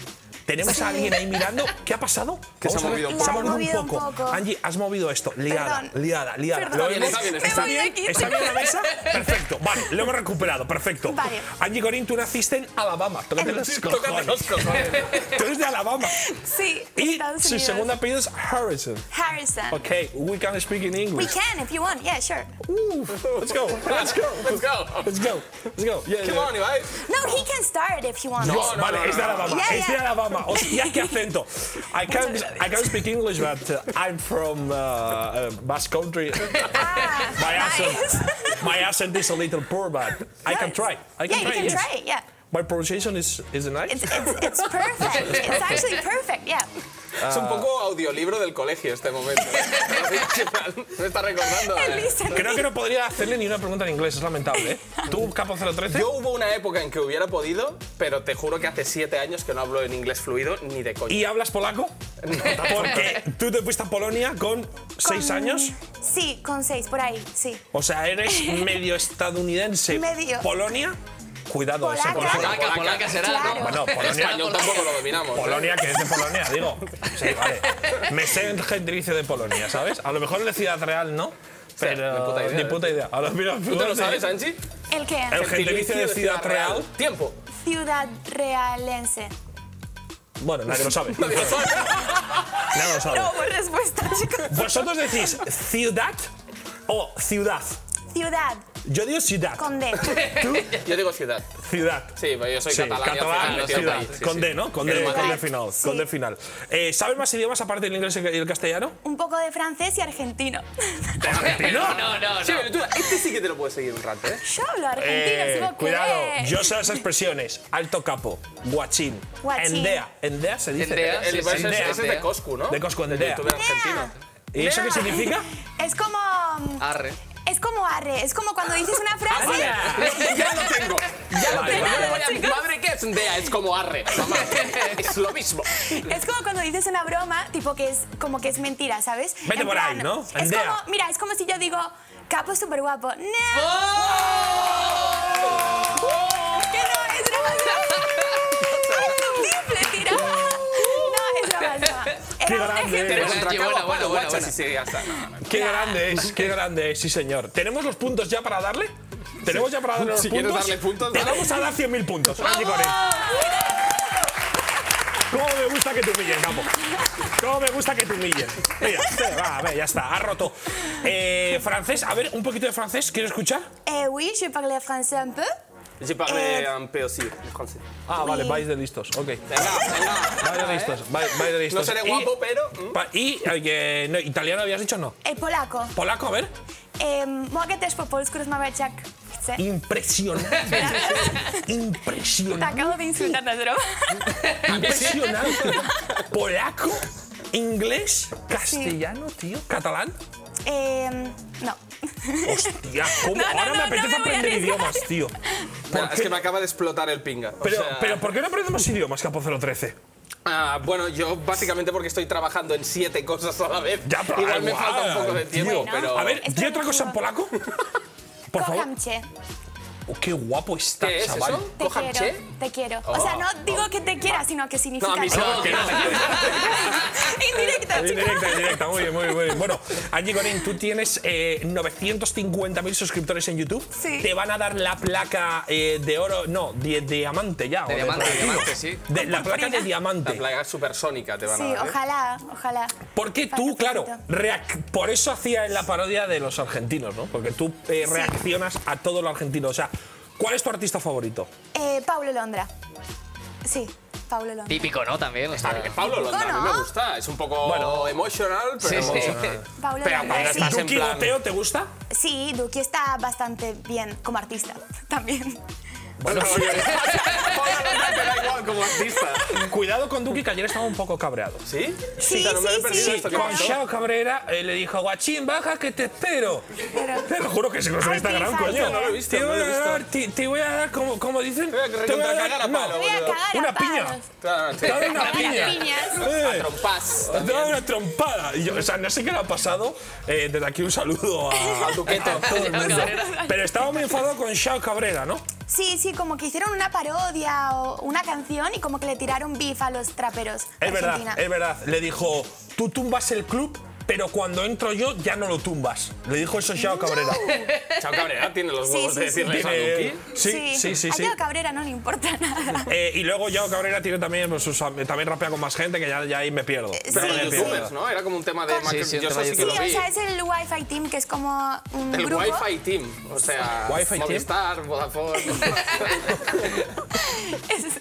Speaker 5: Tenemos a alguien ahí mirando. ¿qué ha pasado?
Speaker 7: Que se
Speaker 5: Vamos
Speaker 7: ha
Speaker 5: a ver.
Speaker 7: movido un
Speaker 5: Se ha
Speaker 3: poco.
Speaker 5: movido
Speaker 3: Movido
Speaker 5: un
Speaker 3: un
Speaker 5: poco.
Speaker 3: poco.
Speaker 5: Angie, has movido esto. Liada,
Speaker 3: Perdón.
Speaker 5: liada, liada.
Speaker 3: Perdón.
Speaker 5: ¿Lo
Speaker 3: Me
Speaker 5: hemos-
Speaker 7: voy de aquí.
Speaker 5: ¿Está
Speaker 3: Me voy de
Speaker 5: bien?
Speaker 3: aquí.
Speaker 5: ¿Está bien la mesa? Perfecto. Vale, lo hemos recuperado. Perfecto.
Speaker 3: Vale.
Speaker 5: Angie Corín, tú naciste en Alabama. Tócate los
Speaker 7: Tócate
Speaker 5: cojones.
Speaker 7: los cojones.
Speaker 5: Tú eres de Alabama.
Speaker 3: Sí,
Speaker 5: Y
Speaker 3: Estados
Speaker 5: su
Speaker 3: Unidos.
Speaker 5: segundo apellido es Harrison.
Speaker 3: Harrison.
Speaker 5: Ok, we can speak in
Speaker 3: We
Speaker 5: English.
Speaker 3: can if you want. Yeah, sure.
Speaker 5: Let's go, let's go,
Speaker 7: Let's go.
Speaker 5: let's go, let's go. Yeah,
Speaker 7: Come
Speaker 5: yeah.
Speaker 7: on, Ibai.
Speaker 3: No, he can start if you want.
Speaker 5: No,
Speaker 2: Ah,
Speaker 5: vale,
Speaker 7: no, no,
Speaker 5: es de
Speaker 7: no.
Speaker 5: Alabama,
Speaker 3: Yeah,
Speaker 5: es de
Speaker 3: yeah.
Speaker 5: Alabama. Hostia, qué acento. I can't, I can't speak English, but uh, I'm from uh, uh, Basque Country.
Speaker 3: Ah,
Speaker 5: My accent,
Speaker 3: nice.
Speaker 5: my accent is a little poor, but I can try. I
Speaker 3: yeah,
Speaker 5: can try.
Speaker 3: you can
Speaker 5: yes.
Speaker 3: try. Yeah.
Speaker 5: my pronunciation is, is nice.
Speaker 2: It's, it's, it's perfect. It's actually perfect. Yeah.
Speaker 7: Es
Speaker 5: Ah.
Speaker 7: un poco audiolibro del colegio este momento. Me está recordando. ¿eh?
Speaker 2: At least. at
Speaker 5: Creo
Speaker 2: least.
Speaker 5: que no podría hacerle ni una pregunta en inglés, es lamentable. ¿eh? ¿Tú, Capo 013?
Speaker 7: Yo hubo una época en que hubiera podido, pero te juro que hace siete años que no hablo en inglés fluido ni de coña.
Speaker 5: ¿Y hablas polaco? Porque tú te fuiste a Polonia con seis
Speaker 2: Con-
Speaker 5: años.
Speaker 2: Sí, con seis, por ahí, sí.
Speaker 5: O sea, eres medio estadounidense.
Speaker 2: Medio.
Speaker 5: Polonia. Cuidado, ese
Speaker 2: Polaca.
Speaker 5: polaco.
Speaker 8: Polaca, polaca será, ¿no?
Speaker 2: Claro.
Speaker 5: Bueno, Polonia,
Speaker 7: Español tampoco lo dominamos. ¿eh?
Speaker 5: Polonia, que es de Polonia, digo. Sí, vale. Me sé el gentilicio de Polonia, ¿sabes? A lo mejor el de Ciudad Real, ¿no? Pero
Speaker 7: ni puta idea,
Speaker 5: ni
Speaker 7: ¿eh?
Speaker 5: puta idea. Ahora mira,
Speaker 7: ¿Tú te lo sabes, Angie?
Speaker 2: ¿El qué?
Speaker 5: El gentilicio de Ciudad Real.
Speaker 7: Tiempo.
Speaker 2: Ciudad Realense.
Speaker 5: Bueno, nadie lo sabe.
Speaker 7: eh. Nadie lo sabe.
Speaker 5: Nadie lo sabe.
Speaker 2: No, buena respuesta, chicos.
Speaker 5: Vosotros decís ciudad o ciudad.
Speaker 2: Ciudad
Speaker 5: Yo digo ciudad.
Speaker 2: con D.
Speaker 7: Yo digo ciudad.
Speaker 5: ciudad.
Speaker 7: Sí, pues yo soy
Speaker 5: Sí,
Speaker 7: catalán. y al final me
Speaker 5: catalán,
Speaker 7: tiro
Speaker 5: ciudad,
Speaker 7: para ahí. Sí,
Speaker 5: con
Speaker 7: sí.
Speaker 5: D, ¿no? Con
Speaker 7: El
Speaker 5: D, con
Speaker 7: Madrid.
Speaker 5: D final.
Speaker 2: Sí.
Speaker 5: Con D final. Eh, ¿Sabes más idiomas aparte del inglés y el castellano?
Speaker 2: Un poco de francés y argentino.
Speaker 5: ¿No?
Speaker 8: No, no, no.
Speaker 7: Sí, pero tú, este sí que te lo puedes seguir un rato, ¿eh?
Speaker 2: Yo hablo argentino,
Speaker 5: Eh,
Speaker 2: si vos
Speaker 5: cuidado,
Speaker 2: querés.
Speaker 5: yo sé las expresiones. Alto capo, guachín,
Speaker 2: Guachín.
Speaker 5: endea. Endea se dice.
Speaker 8: Endea,
Speaker 7: El,
Speaker 8: Sí, sí,
Speaker 7: ese,
Speaker 5: Endea.
Speaker 7: ese es de Coscu, ¿no?
Speaker 5: De Coscu,
Speaker 7: Del
Speaker 5: Endea.
Speaker 7: youtuber argentino.
Speaker 5: ¿Y eso qué
Speaker 2: Nea.
Speaker 5: significa?
Speaker 2: Es como.
Speaker 8: Arre.
Speaker 2: Es como arre, es como cuando dices una
Speaker 5: Ah,
Speaker 2: frase.
Speaker 7: Ah, ya lo tengo. Ya lo
Speaker 5: Vale,
Speaker 7: tengo.
Speaker 5: vale,
Speaker 7: Vaya, mi madre que es Endea, es como arre. mamá. Es lo mismo.
Speaker 2: Es como cuando dices una broma, tipo que es como que es mentira, ¿sabes?
Speaker 5: Vete
Speaker 2: En
Speaker 5: por ahí,
Speaker 2: plan,
Speaker 5: ¿no?
Speaker 2: Es
Speaker 5: Andea.
Speaker 2: como, mira, es como si yo digo, capo súper guapo. No.
Speaker 5: ¡Oh!
Speaker 2: Que no, es broma, es
Speaker 5: ¡Oh!
Speaker 2: broma. Es simple, tira. No, es broma, es broma. Era
Speaker 5: Qué
Speaker 2: un
Speaker 5: grande
Speaker 2: ejemplo.
Speaker 7: Tenemos
Speaker 8: Angie,
Speaker 7: otra capa,
Speaker 8: buena, buena,
Speaker 7: bueno,
Speaker 8: buena,
Speaker 7: guacha,
Speaker 8: buena.
Speaker 7: sí, sí, ya está. No, no, no.
Speaker 5: Qué grande es, qué grande es, sí señor. ¿Tenemos los puntos ya para darle? ¿Tenemos ya para darle los
Speaker 7: Si quieres
Speaker 5: puntos?
Speaker 7: darle puntos,
Speaker 5: Te
Speaker 7: dale.
Speaker 5: vamos a dar 100.000 puntos. Angie Corén. ¿Cómo me gusta que te humillen, Campo? ¿Cómo me gusta que te humillen? Mira, sí, va, a ver, ya está, ha roto. Eh, francés, a ver, un poquito de francés, ¿quieres escuchar?
Speaker 2: Eh, oui, je parle français un peu.
Speaker 7: Je parle un peu aussi, le français.
Speaker 5: Ah, vale,
Speaker 2: Sí.
Speaker 5: vais de listos, ok.
Speaker 7: Venga, venga.
Speaker 5: Vais de listos, vais, vais de listos.
Speaker 7: No seré
Speaker 5: Y-
Speaker 7: guapo, pero. mm,
Speaker 5: pa- Y, eh, no, italiano habías dicho no.
Speaker 2: Eh, polaco.
Speaker 5: Polaco, a ver.
Speaker 2: Eh, mogę też po polsku rozmawiać jak chcę.
Speaker 5: Impresionante.
Speaker 2: Te
Speaker 5: Impresionante.
Speaker 2: acabo de insultar, no es broma.
Speaker 5: Impresionante. Polaco, inglés, castellano, tío. Catalán.
Speaker 2: Eh, no.
Speaker 5: Hostia, ¿cómo?
Speaker 2: No, no,
Speaker 5: Ahora
Speaker 2: no,
Speaker 5: me
Speaker 2: no me voy
Speaker 5: apetece
Speaker 2: a
Speaker 5: aprender
Speaker 2: arriesgar.
Speaker 5: idiomas, tío.
Speaker 7: mira, Es que me acaba de explotar el pinga. o
Speaker 5: Pero,
Speaker 7: sea-
Speaker 5: pero ¿por qué no aprendemos idiomas, Capo 013?
Speaker 7: Ah, bueno, yo básicamente porque estoy trabajando en siete cosas a la vez.
Speaker 5: Ya, pero
Speaker 7: Igual me
Speaker 5: igual,
Speaker 7: falta un poco de tiempo,
Speaker 5: tío.
Speaker 7: pero.
Speaker 5: A ver,
Speaker 2: Esto
Speaker 5: ¿di
Speaker 2: no
Speaker 5: otra
Speaker 2: me
Speaker 5: cosa en polaco? Por favor.
Speaker 2: Kocham cię.
Speaker 5: Oh, qué guapo está,
Speaker 7: ¿Qué es eso?
Speaker 5: chaval.
Speaker 2: Te
Speaker 7: Kocham
Speaker 2: quiero,
Speaker 7: cię?
Speaker 2: te quiero. O sea, no digo que te quiera, sino que significa...
Speaker 7: No, a mí
Speaker 2: te
Speaker 7: se
Speaker 2: quiero.
Speaker 7: me queda.
Speaker 2: Indirecta,
Speaker 5: En
Speaker 2: chicos.
Speaker 5: directa, en directa, muy bien, muy bien, muy bien. Bueno, Angie Gorin, tú tienes eh, 950.000 suscriptores en YouTube.
Speaker 2: Sí.
Speaker 5: Te van a dar la placa eh, de oro, no, de, diamante ya. o
Speaker 8: De diamante, de
Speaker 5: platino.
Speaker 8: diamante, sí.
Speaker 5: De- la placa de
Speaker 7: La
Speaker 5: diamante.
Speaker 7: plaga supersónica te van a
Speaker 2: Sí,
Speaker 7: dar. ¿eh?
Speaker 2: ojalá, ojalá.
Speaker 5: Porque tú,
Speaker 2: Falta
Speaker 5: claro,
Speaker 2: poquito.
Speaker 5: reac- por eso hacía en la parodia de los argentinos, ¿no? Porque tú eh, reaccionas a todo lo argentino. O sea, ¿cuál es tu artista favorito?
Speaker 2: Eh, Paulo Londra. Sí, Paulo Londra.
Speaker 8: Típico, ¿no? También. o sea.
Speaker 7: Ah, que Pablo Londra, a mí
Speaker 2: Bueno.
Speaker 7: me gusta. Es un poco
Speaker 5: Bueno.
Speaker 7: emotional, pero.
Speaker 8: Sí, sí.
Speaker 2: Paulo
Speaker 7: Pero
Speaker 2: Londra,
Speaker 7: Paulo
Speaker 2: sí.
Speaker 7: estás en
Speaker 5: ¿Duki
Speaker 7: plan-
Speaker 5: Goteo te gusta?
Speaker 2: Sí, Duki está bastante bien como artista también.
Speaker 7: Bueno, oye, o sea, Pablo Londra te da igual como artista.
Speaker 5: Cuidado con Duki, que ayer estaba un poco cabreado.
Speaker 7: ¿Sí?
Speaker 2: Sí,
Speaker 7: Puta, no me
Speaker 2: sí,
Speaker 7: he perdido
Speaker 2: sí,
Speaker 7: esto que
Speaker 2: claro.
Speaker 5: Con
Speaker 7: pasó.
Speaker 5: Shao Cabrera eh, le dijo, guachín, baja que te espero.
Speaker 2: Pero-
Speaker 5: Te lo juro que se lo
Speaker 2: Ay,
Speaker 5: está Instagram,
Speaker 2: qué
Speaker 5: coño.
Speaker 2: falso. No
Speaker 7: lo he visto,
Speaker 5: Te
Speaker 7: no lo
Speaker 5: voy
Speaker 7: he
Speaker 5: a
Speaker 7: visto.
Speaker 5: dar, te, te voy a dar, como, como
Speaker 7: Te
Speaker 5: dicen.
Speaker 7: voy a recontracagar a palo,
Speaker 2: Voy a
Speaker 7: boludo.
Speaker 2: cagar
Speaker 5: Una
Speaker 2: a palos.
Speaker 7: Claro, sí.
Speaker 5: Te doy una
Speaker 2: Cagar a
Speaker 5: piña.
Speaker 2: piñas.
Speaker 5: Eh,
Speaker 7: Trompas.
Speaker 5: Te doy una trompada. Y yo, o sea, no sé qué le ha pasado. Eh, desde aquí un saludo a,
Speaker 7: Al Duqueto.
Speaker 5: a todo el
Speaker 8: Shao
Speaker 5: mundo.
Speaker 8: Cabrera.
Speaker 5: Pero estaba muy enfadado con Shao Cabrera, ¿no?
Speaker 2: Sí, sí, como que hicieron una parodia o una canción y como que le tiraron beef a los traperos. de
Speaker 5: Es
Speaker 2: Argentina.
Speaker 5: verdad, es verdad. Le dijo, tú tumbas el club, pero cuando entro yo ya no lo tumbas. Le dijo eso Shao Cabrera.
Speaker 7: Chao Cabrera tiene los
Speaker 2: Sí,
Speaker 7: huevos
Speaker 2: sí,
Speaker 7: de
Speaker 2: sí.
Speaker 7: decirle eso a
Speaker 5: Tiene-
Speaker 7: Duki.
Speaker 5: sí, sí, sí.
Speaker 2: A
Speaker 5: sí.
Speaker 2: Diego Cabrera no le importa nada.
Speaker 5: Eh, y luego Yao Cabrera tiene también, pues, sus am- también rapea con más gente, que ya, ya ahí me pierdo.
Speaker 3: Eh,
Speaker 7: Pero
Speaker 2: Sí,
Speaker 7: los
Speaker 2: sí.
Speaker 7: youtubers, ¿no? Era como un tema de.
Speaker 2: Sí,
Speaker 7: macro-
Speaker 8: sí, un
Speaker 7: yo
Speaker 8: tema
Speaker 7: eso
Speaker 8: de
Speaker 7: sí
Speaker 2: Sí,
Speaker 7: que lo
Speaker 2: o
Speaker 7: vi.
Speaker 2: sea, es el Wi-Fi Team, que es como un
Speaker 7: El
Speaker 2: grupo.
Speaker 7: Wi-Fi Team, o sea,
Speaker 5: Wi-Fi Team.
Speaker 7: Movistar, Vodafone.
Speaker 2: Es,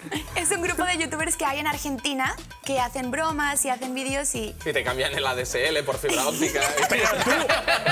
Speaker 2: es un grupo de youtubers que hay en Argentina que hacen bromas y hacen vídeos y...
Speaker 7: y te cambian el ADSL por fibra óptica.
Speaker 5: Pero tú,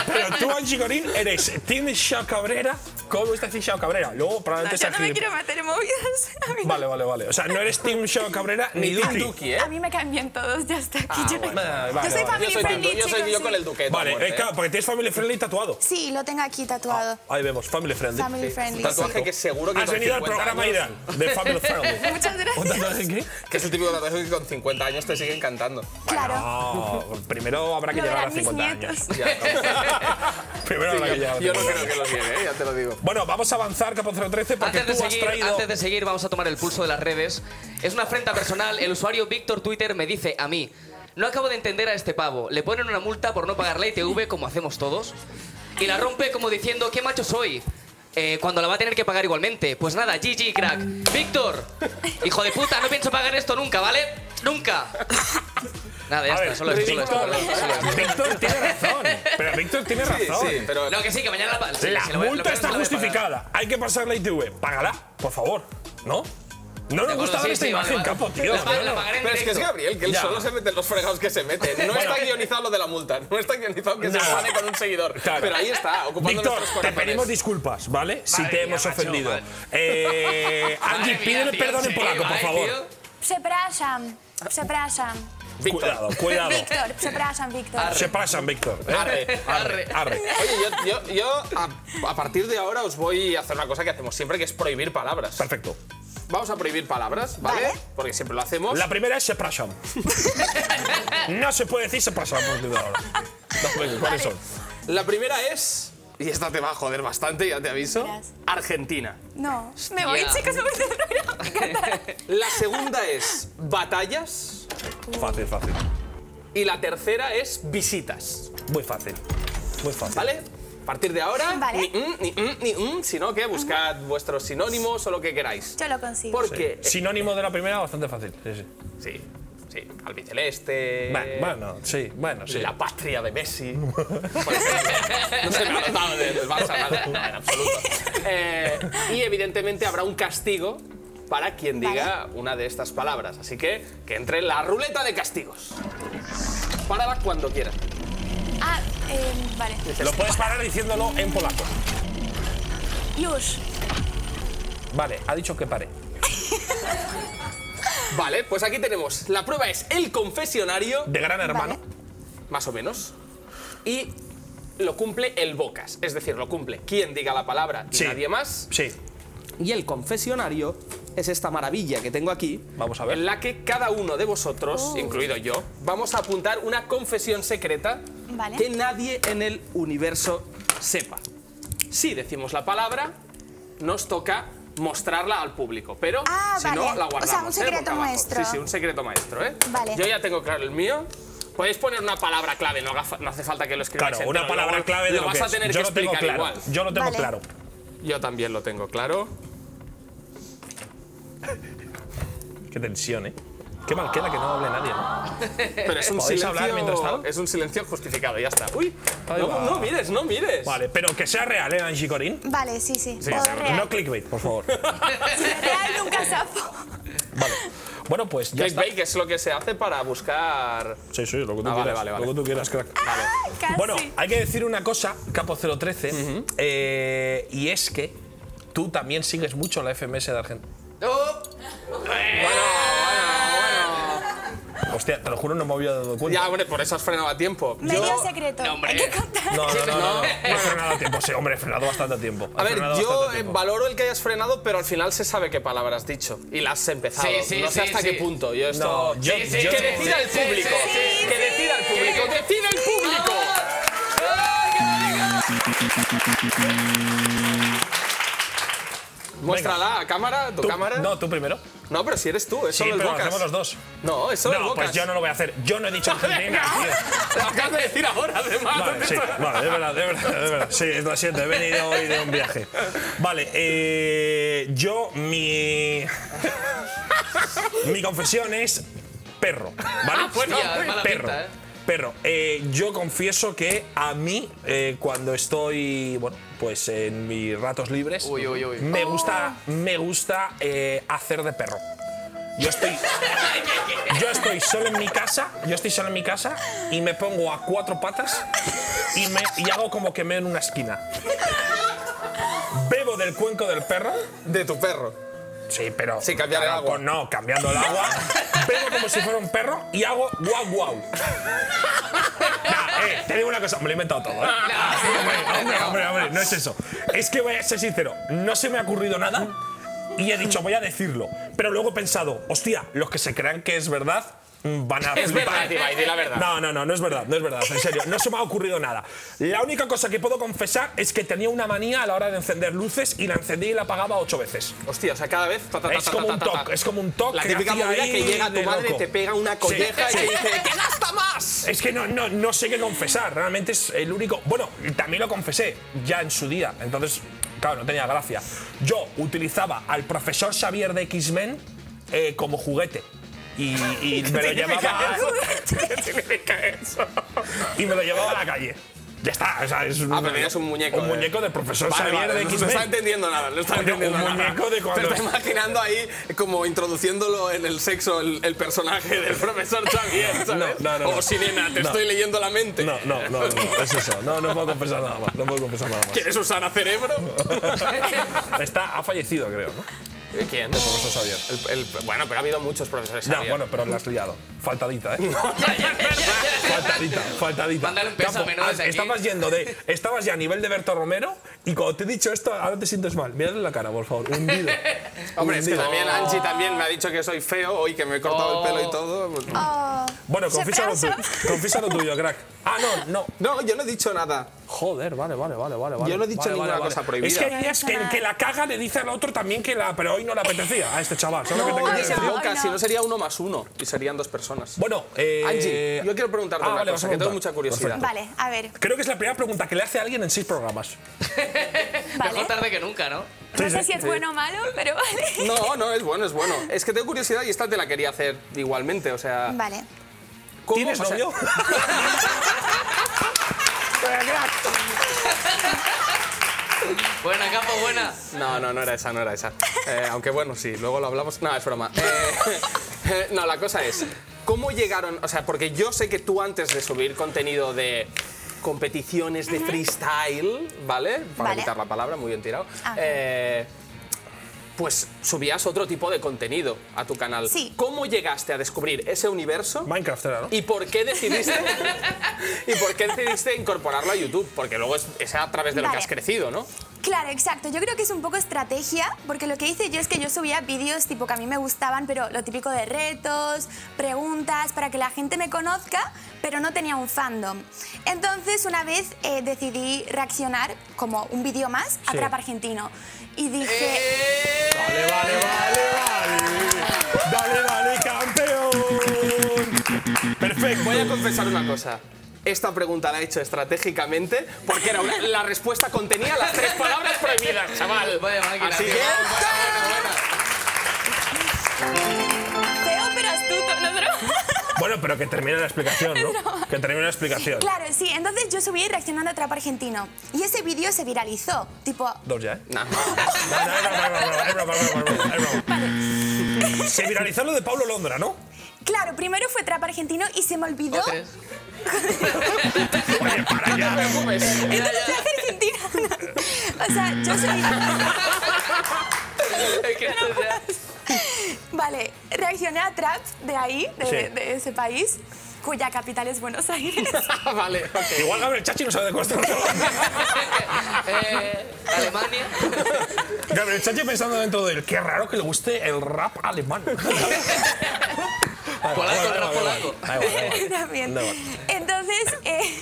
Speaker 5: pero tú, Angie Gorín, eres Team Shao Cabrera ¿Cómo está Team Shao Cabrera? Luego
Speaker 3: No,
Speaker 5: probablemente
Speaker 3: yo
Speaker 5: sea
Speaker 3: no me
Speaker 5: Team-
Speaker 3: quiero meter en movidas. A mí,
Speaker 5: Vale, vale, vale. O sea, no eres Team Shao Cabrera ni,
Speaker 1: Ni Duki.
Speaker 5: Duki.
Speaker 1: Duki, ¿eh?
Speaker 3: a mí me caen bien todos, ya está. Aquí yo, no-
Speaker 1: bueno.
Speaker 5: Vale,
Speaker 3: Yo soy
Speaker 5: vale.
Speaker 3: familia
Speaker 7: Yo soy,
Speaker 3: friendly,
Speaker 7: tu- yo, soy
Speaker 3: chicos,
Speaker 7: yo
Speaker 3: sí.
Speaker 7: con el duquete. a
Speaker 5: Vale,
Speaker 7: muerte,
Speaker 5: eh,
Speaker 7: ¿eh?
Speaker 5: claro, porque tienes Family Friendly tatuado.
Speaker 2: Sí, lo tengo aquí tatuado.
Speaker 5: Ahí vemos, Family Friendly.
Speaker 2: Family friendly.
Speaker 7: Tatuaje que seguro que
Speaker 5: Has
Speaker 7: con
Speaker 5: venido al
Speaker 7: 50
Speaker 5: programa
Speaker 7: años-
Speaker 5: Irán de Family Friendly.
Speaker 3: Muchas
Speaker 5: ¿Un
Speaker 3: gracias.
Speaker 5: tatuaje qué?
Speaker 7: Que es el típico tatuaje que con 50 años te sigue encantando.
Speaker 2: Claro.
Speaker 5: No, primero habrá Ah, que
Speaker 3: Lo
Speaker 5: llegar a
Speaker 3: verán
Speaker 5: los
Speaker 3: mis
Speaker 5: 50 años.
Speaker 3: nietos.
Speaker 5: Primero habrá que llegar a los
Speaker 7: Yo no
Speaker 5: 50
Speaker 7: creo que lo tiene, ¿eh? ya te lo digo.
Speaker 5: Bueno, vamos a avanzar, Capo 013, porque
Speaker 8: Antes de,
Speaker 5: tú has
Speaker 8: seguir,
Speaker 5: traído.
Speaker 8: antes de seguir, vamos a tomar el pulso de las redes. Es una afrenta personal. El usuario Víctor Twitter me dice a mí: No acabo de entender a este pavo. Le ponen una multa por no pagar la ITV, como hacemos todos, y la rompe como diciendo: ¿Qué macho soy? Eh, cuando la va a tener que pagar igualmente. Pues nada, GG, crack. Víctor, hijo de puta, no pienso pagar esto nunca, ¿vale? ¡Nunca! Nada, ya
Speaker 5: A
Speaker 8: está,
Speaker 5: ver,
Speaker 8: solo esto, solo
Speaker 5: Víctor,
Speaker 8: esto. perdón, solo esto.
Speaker 5: Víctor tiene razón. Pero Víctor tiene
Speaker 7: Sí,
Speaker 5: razón.
Speaker 7: sí, pero
Speaker 8: No, que sí, que mañana la, sí,
Speaker 5: La
Speaker 8: sí, lo voy- lo
Speaker 5: multa
Speaker 8: peor es
Speaker 5: está
Speaker 8: que la voy a pagar.
Speaker 5: justificada. Hay que pasar la ITV. Págala, por favor. ¿No? No nos
Speaker 8: De acuerdo,
Speaker 5: gusta dar
Speaker 8: sí,
Speaker 5: esta
Speaker 8: sí, vale,
Speaker 5: imagen,
Speaker 8: vale.
Speaker 5: Capo, tío.
Speaker 8: La, pa- la
Speaker 5: No, no.
Speaker 8: pagaré en
Speaker 7: Pero es que es
Speaker 8: directo.
Speaker 7: Gabriel, que él
Speaker 5: Ya.
Speaker 7: solo se mete en los fregados que se mete. No está guionizado lo de la multa, no está guionizado que se
Speaker 5: Nada.
Speaker 7: pone con un seguidor.
Speaker 5: Claro.
Speaker 7: Pero ahí está, ocupando
Speaker 5: Víctor,
Speaker 7: nuestros
Speaker 5: te
Speaker 7: corazones.
Speaker 5: pedimos disculpas, ¿vale? si
Speaker 8: Madre
Speaker 5: te
Speaker 8: mía,
Speaker 5: hemos
Speaker 8: macho,
Speaker 5: ofendido.
Speaker 8: vale.
Speaker 5: Eh, Angie,
Speaker 8: Madre mía,
Speaker 5: pídele
Speaker 8: tío,
Speaker 5: perdón en
Speaker 8: sí,
Speaker 5: polaco, por
Speaker 8: vale,
Speaker 5: favor.
Speaker 8: tío.
Speaker 2: Przepraszam. Przepraszam.
Speaker 5: Cuidado, cuidado.
Speaker 2: Víctor, przepraszam, Víctor.
Speaker 5: Se pasan, Víctor. ¿eh?
Speaker 7: Arre.
Speaker 5: Arre, arre.
Speaker 7: Oye, yo, yo- yo, a, a partir de ahora os voy a hacer una cosa que hacemos siempre, que es prohibir palabras.
Speaker 5: Perfecto.
Speaker 7: Vamos a prohibir palabras, ¿vale?
Speaker 2: Vale.
Speaker 7: Porque siempre lo hacemos.
Speaker 5: La primera es se pasan. No se puede decir se pasan a partir de ahora. Venga, ¿Cuáles son?
Speaker 7: La primera es, y esta te va a joder bastante, ya te aviso,
Speaker 2: Verás.
Speaker 7: Argentina.
Speaker 3: No, me voy,
Speaker 8: Hostia.
Speaker 3: chicos, no me el programa. Me encanta.
Speaker 7: La segunda es batallas
Speaker 5: Fácil, fácil.
Speaker 7: y la tercera es visitas,
Speaker 5: Muy fácil. Muy fácil.
Speaker 7: ¿vale? A partir de ahora,
Speaker 2: Vale.
Speaker 7: ni mm, ni mm, ni mm, sino que buscad vuestros sinónimos o lo que queráis.
Speaker 2: Yo lo consigo.
Speaker 7: Porque... eh,
Speaker 5: Sinónimo de la primera, bastante fácil. Sí, sí.
Speaker 7: Sí, sí, albiceleste...
Speaker 5: Bueno, bueno, sí, bueno, sí.
Speaker 7: La patria de Messi. Por ejemplo. no se me ha notado del del Barça, nada, nada, en absoluto. Eh, y evidentemente habrá un castigo para quien diga una de estas palabras. Así que que entre en la ruleta de castigos. Párala cuando quieras.
Speaker 2: Ah, em, vale.
Speaker 5: Lo puedes parar diciéndolo en polaco.
Speaker 2: Już.
Speaker 5: Vale, ha dicho que pare.
Speaker 7: Vale, pues aquí tenemos. La prueba es el confesionario,
Speaker 5: De gran hermano.
Speaker 7: más o menos. Y lo cumple el Bocas. Es decir, lo cumple quien diga la palabra y
Speaker 5: Sí.
Speaker 7: nadie más.
Speaker 5: Sí.
Speaker 7: Y el confesionario es esta maravilla que tengo aquí.
Speaker 5: Vamos a ver.
Speaker 7: En la que cada uno de
Speaker 2: Oh.
Speaker 7: vosotros, incluido yo, vamos a apuntar una confesión secreta
Speaker 2: Vale.
Speaker 7: que nadie en el universo sepa. Si decimos la palabra, nos toca mostrarla al público, pero
Speaker 2: Ah,
Speaker 7: si no,
Speaker 2: vale.
Speaker 7: la
Speaker 2: O sea,
Speaker 7: guardamos.
Speaker 2: un
Speaker 7: ¿eh?
Speaker 2: secreto
Speaker 7: boca abajo.
Speaker 2: maestro.
Speaker 7: Sí, sí, un secreto maestro, ¿eh?
Speaker 2: Vale.
Speaker 7: Yo ya tengo claro el mío. Podéis poner una palabra clave, no, haga fa- no hace falta que lo escribáis.
Speaker 5: Claro,
Speaker 7: entero,
Speaker 5: una
Speaker 7: luego
Speaker 5: palabra clave de
Speaker 7: lo
Speaker 5: lo,
Speaker 7: vas
Speaker 5: que
Speaker 7: a
Speaker 5: es.
Speaker 7: tener
Speaker 5: Yo
Speaker 7: que
Speaker 5: lo tengo
Speaker 7: explicar
Speaker 5: claro.
Speaker 7: igual.
Speaker 5: Yo lo tengo
Speaker 2: Vale.
Speaker 5: claro.
Speaker 7: Yo también lo tengo claro.
Speaker 5: Qué tensión, ¿eh? Qué mal queda que no hable nadie, ¿no?
Speaker 7: Pero es un
Speaker 5: ¿Podéis
Speaker 7: silencio.
Speaker 5: hablar mientras tanto?
Speaker 7: Es un silencio justificado, ya está. Uy,
Speaker 5: Ahí va.
Speaker 7: no, no mires, no mires.
Speaker 5: Vale, pero que sea real, ¿eh, Angie Corín?
Speaker 2: Vale, sí, sí.
Speaker 5: Sí,
Speaker 2: Todo real.
Speaker 5: no clickbait, por favor.
Speaker 3: Real nunca zafo.
Speaker 5: Vale. Bueno, pues ya está.
Speaker 7: Clickbait que es lo que se hace para buscar.
Speaker 5: Sí, sí, lo que tú
Speaker 7: Ah, vale,
Speaker 5: quieras.
Speaker 7: vale, vale.
Speaker 5: Lo que tú quieras, crack.
Speaker 2: Ah, casi.
Speaker 5: Bueno, hay que decir una cosa, Capo 013, eh, y es que tú también sigues mucho la FMS de Argentina.
Speaker 8: Oh,
Speaker 5: Hostia, te lo juro, no me había dado cuenta.
Speaker 7: Ya, hombre, por eso has frenado a tiempo.
Speaker 2: Medio
Speaker 7: Yo-
Speaker 2: secreto.
Speaker 8: No, hombre.
Speaker 2: Hay que contar.
Speaker 5: No, no, no, no, no.
Speaker 7: No.
Speaker 5: He frenado a tiempo, sí, hombre, he frenado bastante a tiempo. He
Speaker 7: A ver,
Speaker 5: frenado
Speaker 7: yo
Speaker 5: bastante a
Speaker 7: eh,
Speaker 5: tiempo.
Speaker 7: valoro el que hayas frenado, pero al final se sabe qué palabra has dicho. Y la has empezado.
Speaker 8: Sí, sí,
Speaker 7: no sé
Speaker 8: sí,
Speaker 7: hasta
Speaker 8: sí.
Speaker 7: qué punto. Yo esto.
Speaker 5: No, yo,
Speaker 8: sí, sí,
Speaker 5: yo-
Speaker 7: que decida
Speaker 8: sí,
Speaker 7: el
Speaker 8: sí,
Speaker 7: público.
Speaker 8: sí, sí,
Speaker 7: que decida el público. ¡Decida el público! Muéstrala a cámara, tu
Speaker 5: ¿Tú?
Speaker 7: cámara.
Speaker 5: No, tú primero.
Speaker 7: No, pero si eres tú, es
Speaker 5: Sí,
Speaker 7: solo el
Speaker 5: pero lo
Speaker 7: Bocas.
Speaker 5: hacemos los dos.
Speaker 7: No, es solo el
Speaker 5: No,
Speaker 7: Bocas.
Speaker 5: pues yo no lo voy a hacer. Yo no he dicho Argentina, tío.
Speaker 7: Lo acabas de decir ahora, además.
Speaker 5: Vale, sí, vale, es verdad, es verdad, es verdad. Sí, lo siento, he venido hoy de un viaje. Vale, eh, yo mi. Mi confesión es perro, ¿vale?
Speaker 8: bueno, Hostia, Ah, pues mala
Speaker 5: perro.
Speaker 8: pinta, ¿eh?
Speaker 5: Perro, Eh, yo confieso que a mí, eh, cuando estoy, bueno, pues en mis ratos libres,
Speaker 8: Uy, uy, uy.
Speaker 5: me gusta, me gusta eh, hacer de perro. Yo estoy, yo estoy solo en mi casa, yo estoy solo en mi casa y me pongo a cuatro patas y, me, y hago como que meo en una esquina. Bebo del cuenco del perro?
Speaker 1: De tu perro.
Speaker 5: Sí, pero.
Speaker 1: Sí, cambiar el
Speaker 5: claro,
Speaker 1: agua.
Speaker 5: con- no, cambiando el agua. Pego como si fuera un perro y hago guau guau. Nah, eh, te digo una cosa, me lo he inventado todo. ¿eh? hombre, hombre, hombre, hombre, no es eso. Es que voy a ser sincero, no se me ha ocurrido nada y he dicho, voy a decirlo. Pero luego he pensado, hostia, los que se crean que es verdad mm, van a
Speaker 7: Es
Speaker 5: flipar.
Speaker 7: verdad, Ibai, di la verdad.
Speaker 5: No, no, no, no es verdad, no es verdad, en serio, no se me ha ocurrido nada. La única cosa que puedo confesar es que tenía una manía a la hora de encender luces y la encendía y la apagaba ocho veces.
Speaker 7: Hostia, o sea, cada vez. ta, ta, ta,
Speaker 5: Es
Speaker 7: ta,
Speaker 5: como
Speaker 7: ta,
Speaker 5: un
Speaker 7: ta, ta.
Speaker 5: toc, es como un toc
Speaker 7: La
Speaker 5: que
Speaker 7: típica
Speaker 5: hacía
Speaker 7: movida
Speaker 5: ahí
Speaker 7: que llega tu
Speaker 5: de
Speaker 7: madre,
Speaker 5: loco.
Speaker 7: te pega una colleja
Speaker 5: sí.
Speaker 7: y te dice: ¡Que gasta más!
Speaker 5: Es que no, no, no sé qué confesar, realmente es el único. Bueno, también lo confesé ya en su día, entonces, claro, no tenía gracia. Yo utilizaba al profesor Xavier de X-Men eh, como juguete. Y, y me lo llevaba. ¿Qué significa eso? y me lo llevaba a la calle. Ya está, o sea, es un,
Speaker 7: Ah, pero tenías un muñeco,
Speaker 5: Un
Speaker 7: eh.
Speaker 5: muñeco del profesor
Speaker 7: Vale,
Speaker 5: Xavier
Speaker 7: vale,
Speaker 5: de
Speaker 7: no
Speaker 5: X-Men.
Speaker 7: está entendiendo nada, no está
Speaker 5: Coño,
Speaker 7: entendiendo
Speaker 5: un
Speaker 7: nada.
Speaker 5: muñeco de cuando-
Speaker 7: Te está imaginando ahí como introduciéndolo en el sexo el, el personaje del profesor Xavier, ¿sabes?
Speaker 5: No, no, no,
Speaker 7: o
Speaker 5: no.
Speaker 7: Sirena, te
Speaker 5: No.
Speaker 7: estoy leyendo la mente.
Speaker 5: No, no, no, no, es eso. No, no puedo confesar nada más. No puedo confesar nada más.
Speaker 7: ¿Quieres usar a cerebro?
Speaker 5: Está, ha fallecido, creo, ¿no?
Speaker 7: ¿Quién?
Speaker 5: Profesor Xavier.
Speaker 7: El- el- bueno, pero ha habido muchos profesores.
Speaker 5: Ya,
Speaker 7: Xavier.
Speaker 5: bueno, pero la has liado. Faltadita, ¿eh? faltadita, faltadita.
Speaker 8: Mándale un
Speaker 5: Campo,
Speaker 8: pésame, ¿no?
Speaker 5: ah,
Speaker 8: desde aquí.
Speaker 5: Estabas yendo de. Estabas ya a nivel de Berto Romero y cuando te he dicho esto, ahora te sientes mal. Mírale la cara, por favor. Hundido.
Speaker 7: Hombre, es que
Speaker 5: Hundido.
Speaker 7: también Angie también me ha dicho que soy feo hoy que me he cortado el pelo y todo. pues-
Speaker 5: Bueno, confiesa lo, tuyo, confiesa lo tuyo, crack. Ah, no, no.
Speaker 7: No, yo no he dicho nada.
Speaker 5: Joder, vale, vale, vale, vale.
Speaker 7: Yo no he
Speaker 5: vale,
Speaker 7: dicho
Speaker 5: vale,
Speaker 7: ninguna
Speaker 5: vale,
Speaker 7: cosa
Speaker 5: vale.
Speaker 7: prohibida.
Speaker 5: Es que hay días que el que la caga le dice al otro también que la. Pero hoy no le apetecía a este chaval. ¿Sabes lo que te quiero
Speaker 7: No,
Speaker 5: decir?
Speaker 7: se equivoca,
Speaker 3: no.
Speaker 7: si no sería uno más uno y serían dos personas.
Speaker 5: Bueno, eh.
Speaker 7: Angie, yo quiero preguntarte
Speaker 5: ah,
Speaker 7: una
Speaker 5: vale, vas
Speaker 7: cosa,
Speaker 5: a
Speaker 7: que tengo
Speaker 5: preguntar.
Speaker 7: mucha curiosidad.
Speaker 5: Perfecto.
Speaker 3: Vale, a ver.
Speaker 5: Creo que es la primera pregunta que le hace a alguien en seis programas.
Speaker 3: Vale.
Speaker 8: Mejor tarde que nunca, ¿no?
Speaker 3: No sé si es bueno o malo, pero vale.
Speaker 7: No, no, es bueno, es bueno. Es que tengo curiosidad y esta te la quería hacer igualmente, o sea...
Speaker 2: Vale.
Speaker 7: ¿cómo-
Speaker 5: ¿Tienes
Speaker 7: o sea,
Speaker 5: novio?
Speaker 8: Buena, capo, buena.
Speaker 7: No, no, no era esa, no era esa. Eh, aunque bueno, sí, luego lo hablamos. No, es broma. Eh, eh, no, la cosa es, ¿cómo llegaron? O sea, porque yo sé que tú antes de subir contenido de competiciones de freestyle, ¿vale? Para
Speaker 2: Vale.
Speaker 7: evitar la palabra, muy bien tirado.
Speaker 2: Ah.
Speaker 7: eh, pues subías otro tipo de contenido a tu canal.
Speaker 2: Sí.
Speaker 7: ¿Cómo llegaste a descubrir ese universo?
Speaker 5: Minecraft era, ¿no?
Speaker 7: ¿Y por qué decidiste? ¿Y por qué decidiste incorporarlo a YouTube? Porque luego es, es a través de lo que
Speaker 2: Vale.
Speaker 7: has crecido, ¿no?
Speaker 2: Claro, exacto. Yo creo que es un poco estrategia, porque lo que hice yo es que yo subía vídeos tipo que a mí me gustaban, pero lo típico de retos, preguntas, para que la gente me conozca, pero no tenía un fandom. Entonces, una vez eh, decidí reaccionar como un vídeo más a Trap Argentino. Y dije,
Speaker 5: Vale, vale, vale, vale. Dale, vale, campeón. Perfecto.
Speaker 7: Voy a confesar una cosa. Esta pregunta la he hecho estratégicamente porque era una- la respuesta contenía las tres palabras prohibidas, chaval.
Speaker 8: Vaya máquina,
Speaker 7: Así
Speaker 8: tío.
Speaker 7: que...
Speaker 3: Feo pero astuto, ¿no?
Speaker 5: Bueno, pero que termine la explicación, ¿no? Que termine la explicación.
Speaker 2: claro, sí. Entonces yo subí reaccionando a Trap Argentino. Y ese vídeo se viralizó. Tipo,
Speaker 5: Dos ya, ¿eh?
Speaker 7: Nah.
Speaker 5: No, no, es broma, es broma, es broma, es broma, es broma, es broma. Se viralizó lo de Pablo Londra, ¿no?
Speaker 2: claro, primero fue Trap Argentino y se me olvidó.
Speaker 8: Tres.
Speaker 5: Oye, para
Speaker 7: No te
Speaker 5: allá.
Speaker 7: preocupes.
Speaker 2: Entonces Trap Argentino. o sea, yo subí.
Speaker 8: Es que esto ya-
Speaker 2: Vale, reaccioné a Trap de ahí, de,
Speaker 5: Sí.
Speaker 2: de ese país, cuya capital es Buenos Aires.
Speaker 7: Ah, vale, ok.
Speaker 5: Igual Gabriel Chachi no sabe de cosas.
Speaker 8: Eh, Alemania.
Speaker 5: Gabriel Chachi pensando dentro de él. Qué raro que le guste el rap alemán.
Speaker 8: Polaco, el rap polaco.
Speaker 2: También.
Speaker 5: No.
Speaker 2: Entonces, eh,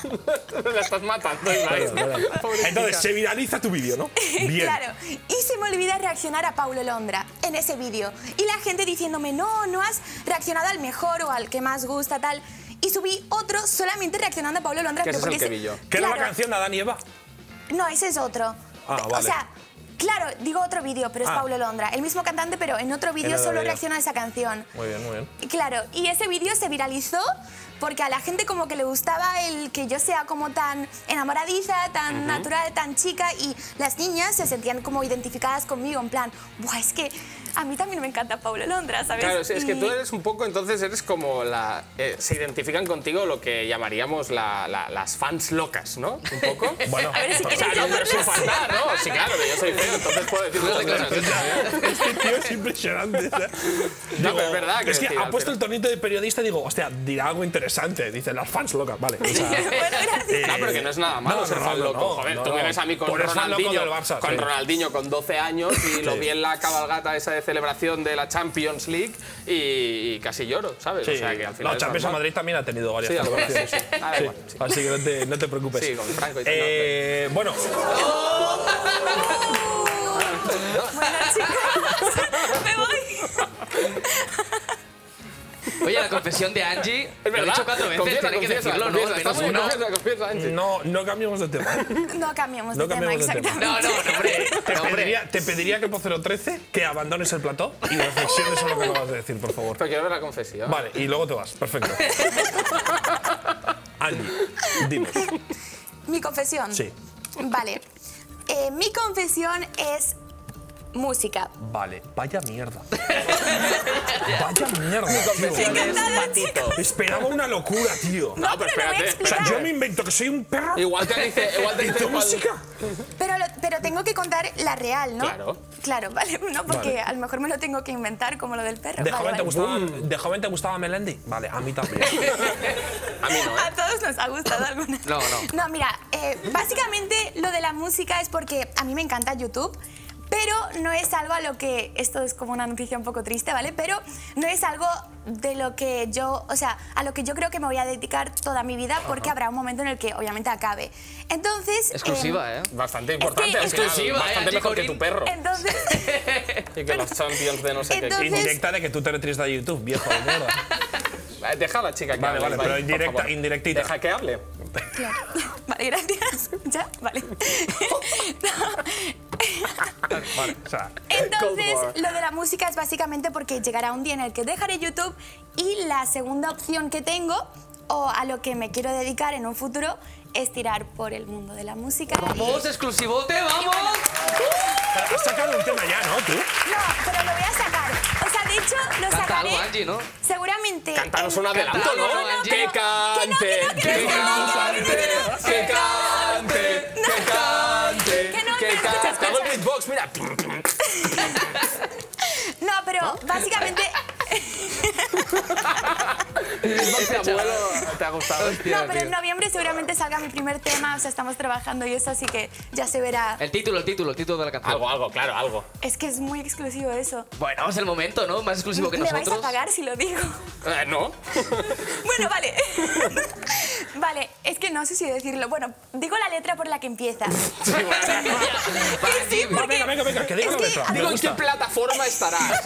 Speaker 7: La estás matando, Ibai. Pobrecita.
Speaker 5: Entonces, se viraliza tu vídeo, ¿no? Bien.
Speaker 2: claro, y se me olvida reaccionar a Paulo Londra en ese vídeo. Y la gente diciéndome, no, no has reaccionado al mejor o al que más gusta, tal. Y subí otro solamente reaccionando a Paulo Londra.
Speaker 7: Que ese
Speaker 2: pero
Speaker 7: es el
Speaker 2: porque
Speaker 7: que vi yo.
Speaker 5: ¿Qué era la
Speaker 2: Claro.
Speaker 5: canción de Adán y Eva?
Speaker 2: No, ese es otro.
Speaker 5: Ah,
Speaker 2: Pe- O
Speaker 5: vale.
Speaker 2: sea, claro, digo otro vídeo, pero es
Speaker 5: Ah.
Speaker 2: Paulo Londra. El mismo cantante, pero en otro vídeo
Speaker 5: Era de
Speaker 2: solo
Speaker 5: Adele.
Speaker 2: reacciona a esa canción.
Speaker 5: Muy bien, muy bien.
Speaker 2: Y Claro, y ese vídeo se viralizó porque a la gente como que le gustaba el que yo sea como tan enamoradiza, tan natural, tan chica y las niñas se sentían como identificadas conmigo en plan, Buah, es que A mí también me encanta Paulo Londra, ¿sabes?
Speaker 7: Claro, es, es que
Speaker 2: Y-
Speaker 7: tú eres un poco, entonces eres como la. eh, se identifican contigo lo que llamaríamos la- la- las fans locas, ¿no? Un poco.
Speaker 5: Bueno,
Speaker 2: Eh, A ver si
Speaker 7: O sea,
Speaker 2: quieres
Speaker 7: no, pero
Speaker 2: llamarlas.
Speaker 7: es un fantasma, ¿no? Sí, claro, que yo soy feo, entonces puedo decir muchas cosas.
Speaker 5: este tío es impresionante. ¿eh?
Speaker 7: No, pero es verdad que
Speaker 5: es que
Speaker 7: decir,
Speaker 5: ha
Speaker 7: al
Speaker 5: puesto
Speaker 7: final-
Speaker 5: el tonito de periodista y digo, hostia, dirá algo interesante. Dicen las fans locas, vale. o sea,
Speaker 2: Bueno,
Speaker 5: Eh,
Speaker 2: gracias.
Speaker 7: No, pero que no es nada malo
Speaker 5: No,
Speaker 7: ser
Speaker 5: no,
Speaker 7: fan
Speaker 5: no,
Speaker 7: loco.
Speaker 5: no,
Speaker 7: Joder,
Speaker 5: no,
Speaker 7: tú me
Speaker 5: no.
Speaker 7: ves a mí con
Speaker 5: Tú eres fan loco
Speaker 7: Ronaldinho,
Speaker 5: del Barça,
Speaker 7: con
Speaker 5: sí.
Speaker 7: Ronaldinho con 12 años y lo vi en la cabalgata esa de celebración de la Champions League y, y casi lloro, ¿sabes?
Speaker 5: Sí,
Speaker 7: O sea, que al final
Speaker 5: no,
Speaker 7: es
Speaker 5: Champions
Speaker 7: normal.
Speaker 5: Madrid también ha tenido varias
Speaker 7: Sí, algunas, sí,
Speaker 5: celebraciones.
Speaker 7: sí. Ah, da
Speaker 5: Sí,
Speaker 7: igual, sí.
Speaker 5: Así que no te, no te preocupes.
Speaker 7: Sí, con Franco y todo,
Speaker 5: eh, Bueno,
Speaker 2: Bueno, chicos, me voy.
Speaker 8: Oye, la confesión de Angie.
Speaker 7: Es
Speaker 8: Lo he
Speaker 7: verdad.
Speaker 8: dicho cuatro veces,
Speaker 7: Confiesa,
Speaker 8: pero hay que
Speaker 7: confiesa,
Speaker 8: decirlo, ¿no?
Speaker 7: confiesa,
Speaker 8: Al
Speaker 7: está
Speaker 8: menos
Speaker 7: muy bien,
Speaker 8: una.
Speaker 7: confiesa, confiesa, Angie.
Speaker 5: no, no cambiamos de tema.
Speaker 2: No cambiamos
Speaker 5: No
Speaker 2: de tema,
Speaker 5: cambiamos de tema.
Speaker 2: exactamente.
Speaker 8: No, no, no, hombre.
Speaker 5: Te
Speaker 8: no, hombre.
Speaker 5: pediría, te pediría que por 013 que abandones el plató y reflexiones sobre lo que acabas de decir, por favor.
Speaker 7: Pero quiero ver la confesión.
Speaker 5: Vale, y luego te vas. Perfecto. Angie, dinos.
Speaker 2: Mi confesión.
Speaker 5: Sí.
Speaker 2: Vale. Eh, mi confesión es música.
Speaker 5: Vale, vaya mierda. vaya mierda, tío.
Speaker 2: Encantada, chicos.
Speaker 5: Esperaba una locura, tío.
Speaker 2: No,
Speaker 7: No, pero
Speaker 2: pero lo voy
Speaker 7: espérate,
Speaker 2: a
Speaker 5: O sea,
Speaker 2: explicar.
Speaker 5: yo me invento que soy un perro.
Speaker 7: Igual te dice. Igual te
Speaker 5: ¿Y
Speaker 7: dice
Speaker 5: tú
Speaker 7: cuál-
Speaker 5: música?
Speaker 2: Pero, lo- pero tengo que contar la real, ¿no?
Speaker 7: Claro.
Speaker 2: Claro, vale, no, porque
Speaker 5: Vale.
Speaker 2: a lo mejor me lo tengo que inventar como lo del perro.
Speaker 5: ¿De
Speaker 2: Vale,
Speaker 5: joven, te
Speaker 2: vale.
Speaker 5: gustaba, ¿De joven te gustaba Melendi? Vale, a mí también.
Speaker 7: A mí no, ¿eh?
Speaker 2: A todos nos ha gustado alguna.
Speaker 8: No, no.
Speaker 2: No, mira, eh, básicamente lo de la música es porque a mí me encanta YouTube. Pero no es algo a lo que, esto es como una noticia un poco triste, ¿vale? Pero no es algo de lo que yo, o sea, a lo que yo creo que me voy a dedicar toda mi vida porque habrá un momento en el que obviamente acabe. Entonces... em,
Speaker 8: Exclusiva, ¿eh?
Speaker 7: Bastante importante, al
Speaker 2: es
Speaker 7: final,
Speaker 8: exclusiva, ¿eh,
Speaker 7: bastante
Speaker 8: Angie
Speaker 7: mejor que
Speaker 8: Corín?
Speaker 7: tu perro
Speaker 2: Entonces...
Speaker 7: y que los champions de no sé qué.
Speaker 2: Entonces-
Speaker 5: Indirecta de que tú te retires de YouTube, viejo de mierda.
Speaker 7: Eh, Deja a la chica que
Speaker 5: Vale,
Speaker 7: hable, Ibai,
Speaker 5: vale, pero
Speaker 7: por
Speaker 5: indirecta-
Speaker 7: favor.
Speaker 5: indirectita.
Speaker 7: Deja que hable.
Speaker 2: Claro. Vale, gracias. ¿Ya? Vale. No.
Speaker 5: Vale, o sea,
Speaker 2: Entonces,
Speaker 7: Cold
Speaker 2: lo de la música es básicamente porque llegará un día en el que dejaré YouTube y la segunda opción que tengo o a lo que me quiero dedicar en un futuro es tirar por el mundo de la música. y-
Speaker 8: Vamos, exclusivote, vamos.
Speaker 5: has sacado un tema ya, ¿no? Tú.
Speaker 2: No, pero lo voy a sacar. O sea, de hecho, lo
Speaker 8: Canta
Speaker 2: sacaré.
Speaker 8: algo, Angie, ¿no?
Speaker 2: Seguramente.
Speaker 7: Cantaros
Speaker 2: en-
Speaker 7: un adelanto,
Speaker 8: Cantando,
Speaker 7: ¿no?
Speaker 8: Angie.
Speaker 7: Que cante, que cante, que cante, que cante,
Speaker 2: Que
Speaker 7: que
Speaker 2: no, no,
Speaker 7: cante.
Speaker 2: escucha,
Speaker 7: Hago el
Speaker 2: escucha.
Speaker 7: beatbox, mira.
Speaker 2: No, pero básicamente.
Speaker 7: Beatbox de abuelo, te ha gustado.
Speaker 2: No, pero en noviembre seguramente salga mi primer tema. O sea, estamos trabajando y eso, así que ya se verá.
Speaker 8: El título, el título, el título de la canción.
Speaker 7: Algo, algo, claro, algo.
Speaker 2: Es que es muy exclusivo eso.
Speaker 8: Bueno, es el momento, ¿no? Más exclusivo que
Speaker 2: Me vais
Speaker 8: nosotros.
Speaker 2: a pagar si lo digo.
Speaker 7: Eh, no.
Speaker 2: Bueno, vale. vale, es que no sé si decirlo. Bueno, digo la letra por la que empieza. sí,
Speaker 8: Vale,
Speaker 2: porque-
Speaker 5: Venga, venga, venga, que diga
Speaker 2: Es
Speaker 5: la
Speaker 2: que-
Speaker 5: letra. Me
Speaker 7: Digo, ¿en qué
Speaker 5: gusta.
Speaker 7: plataforma estarás?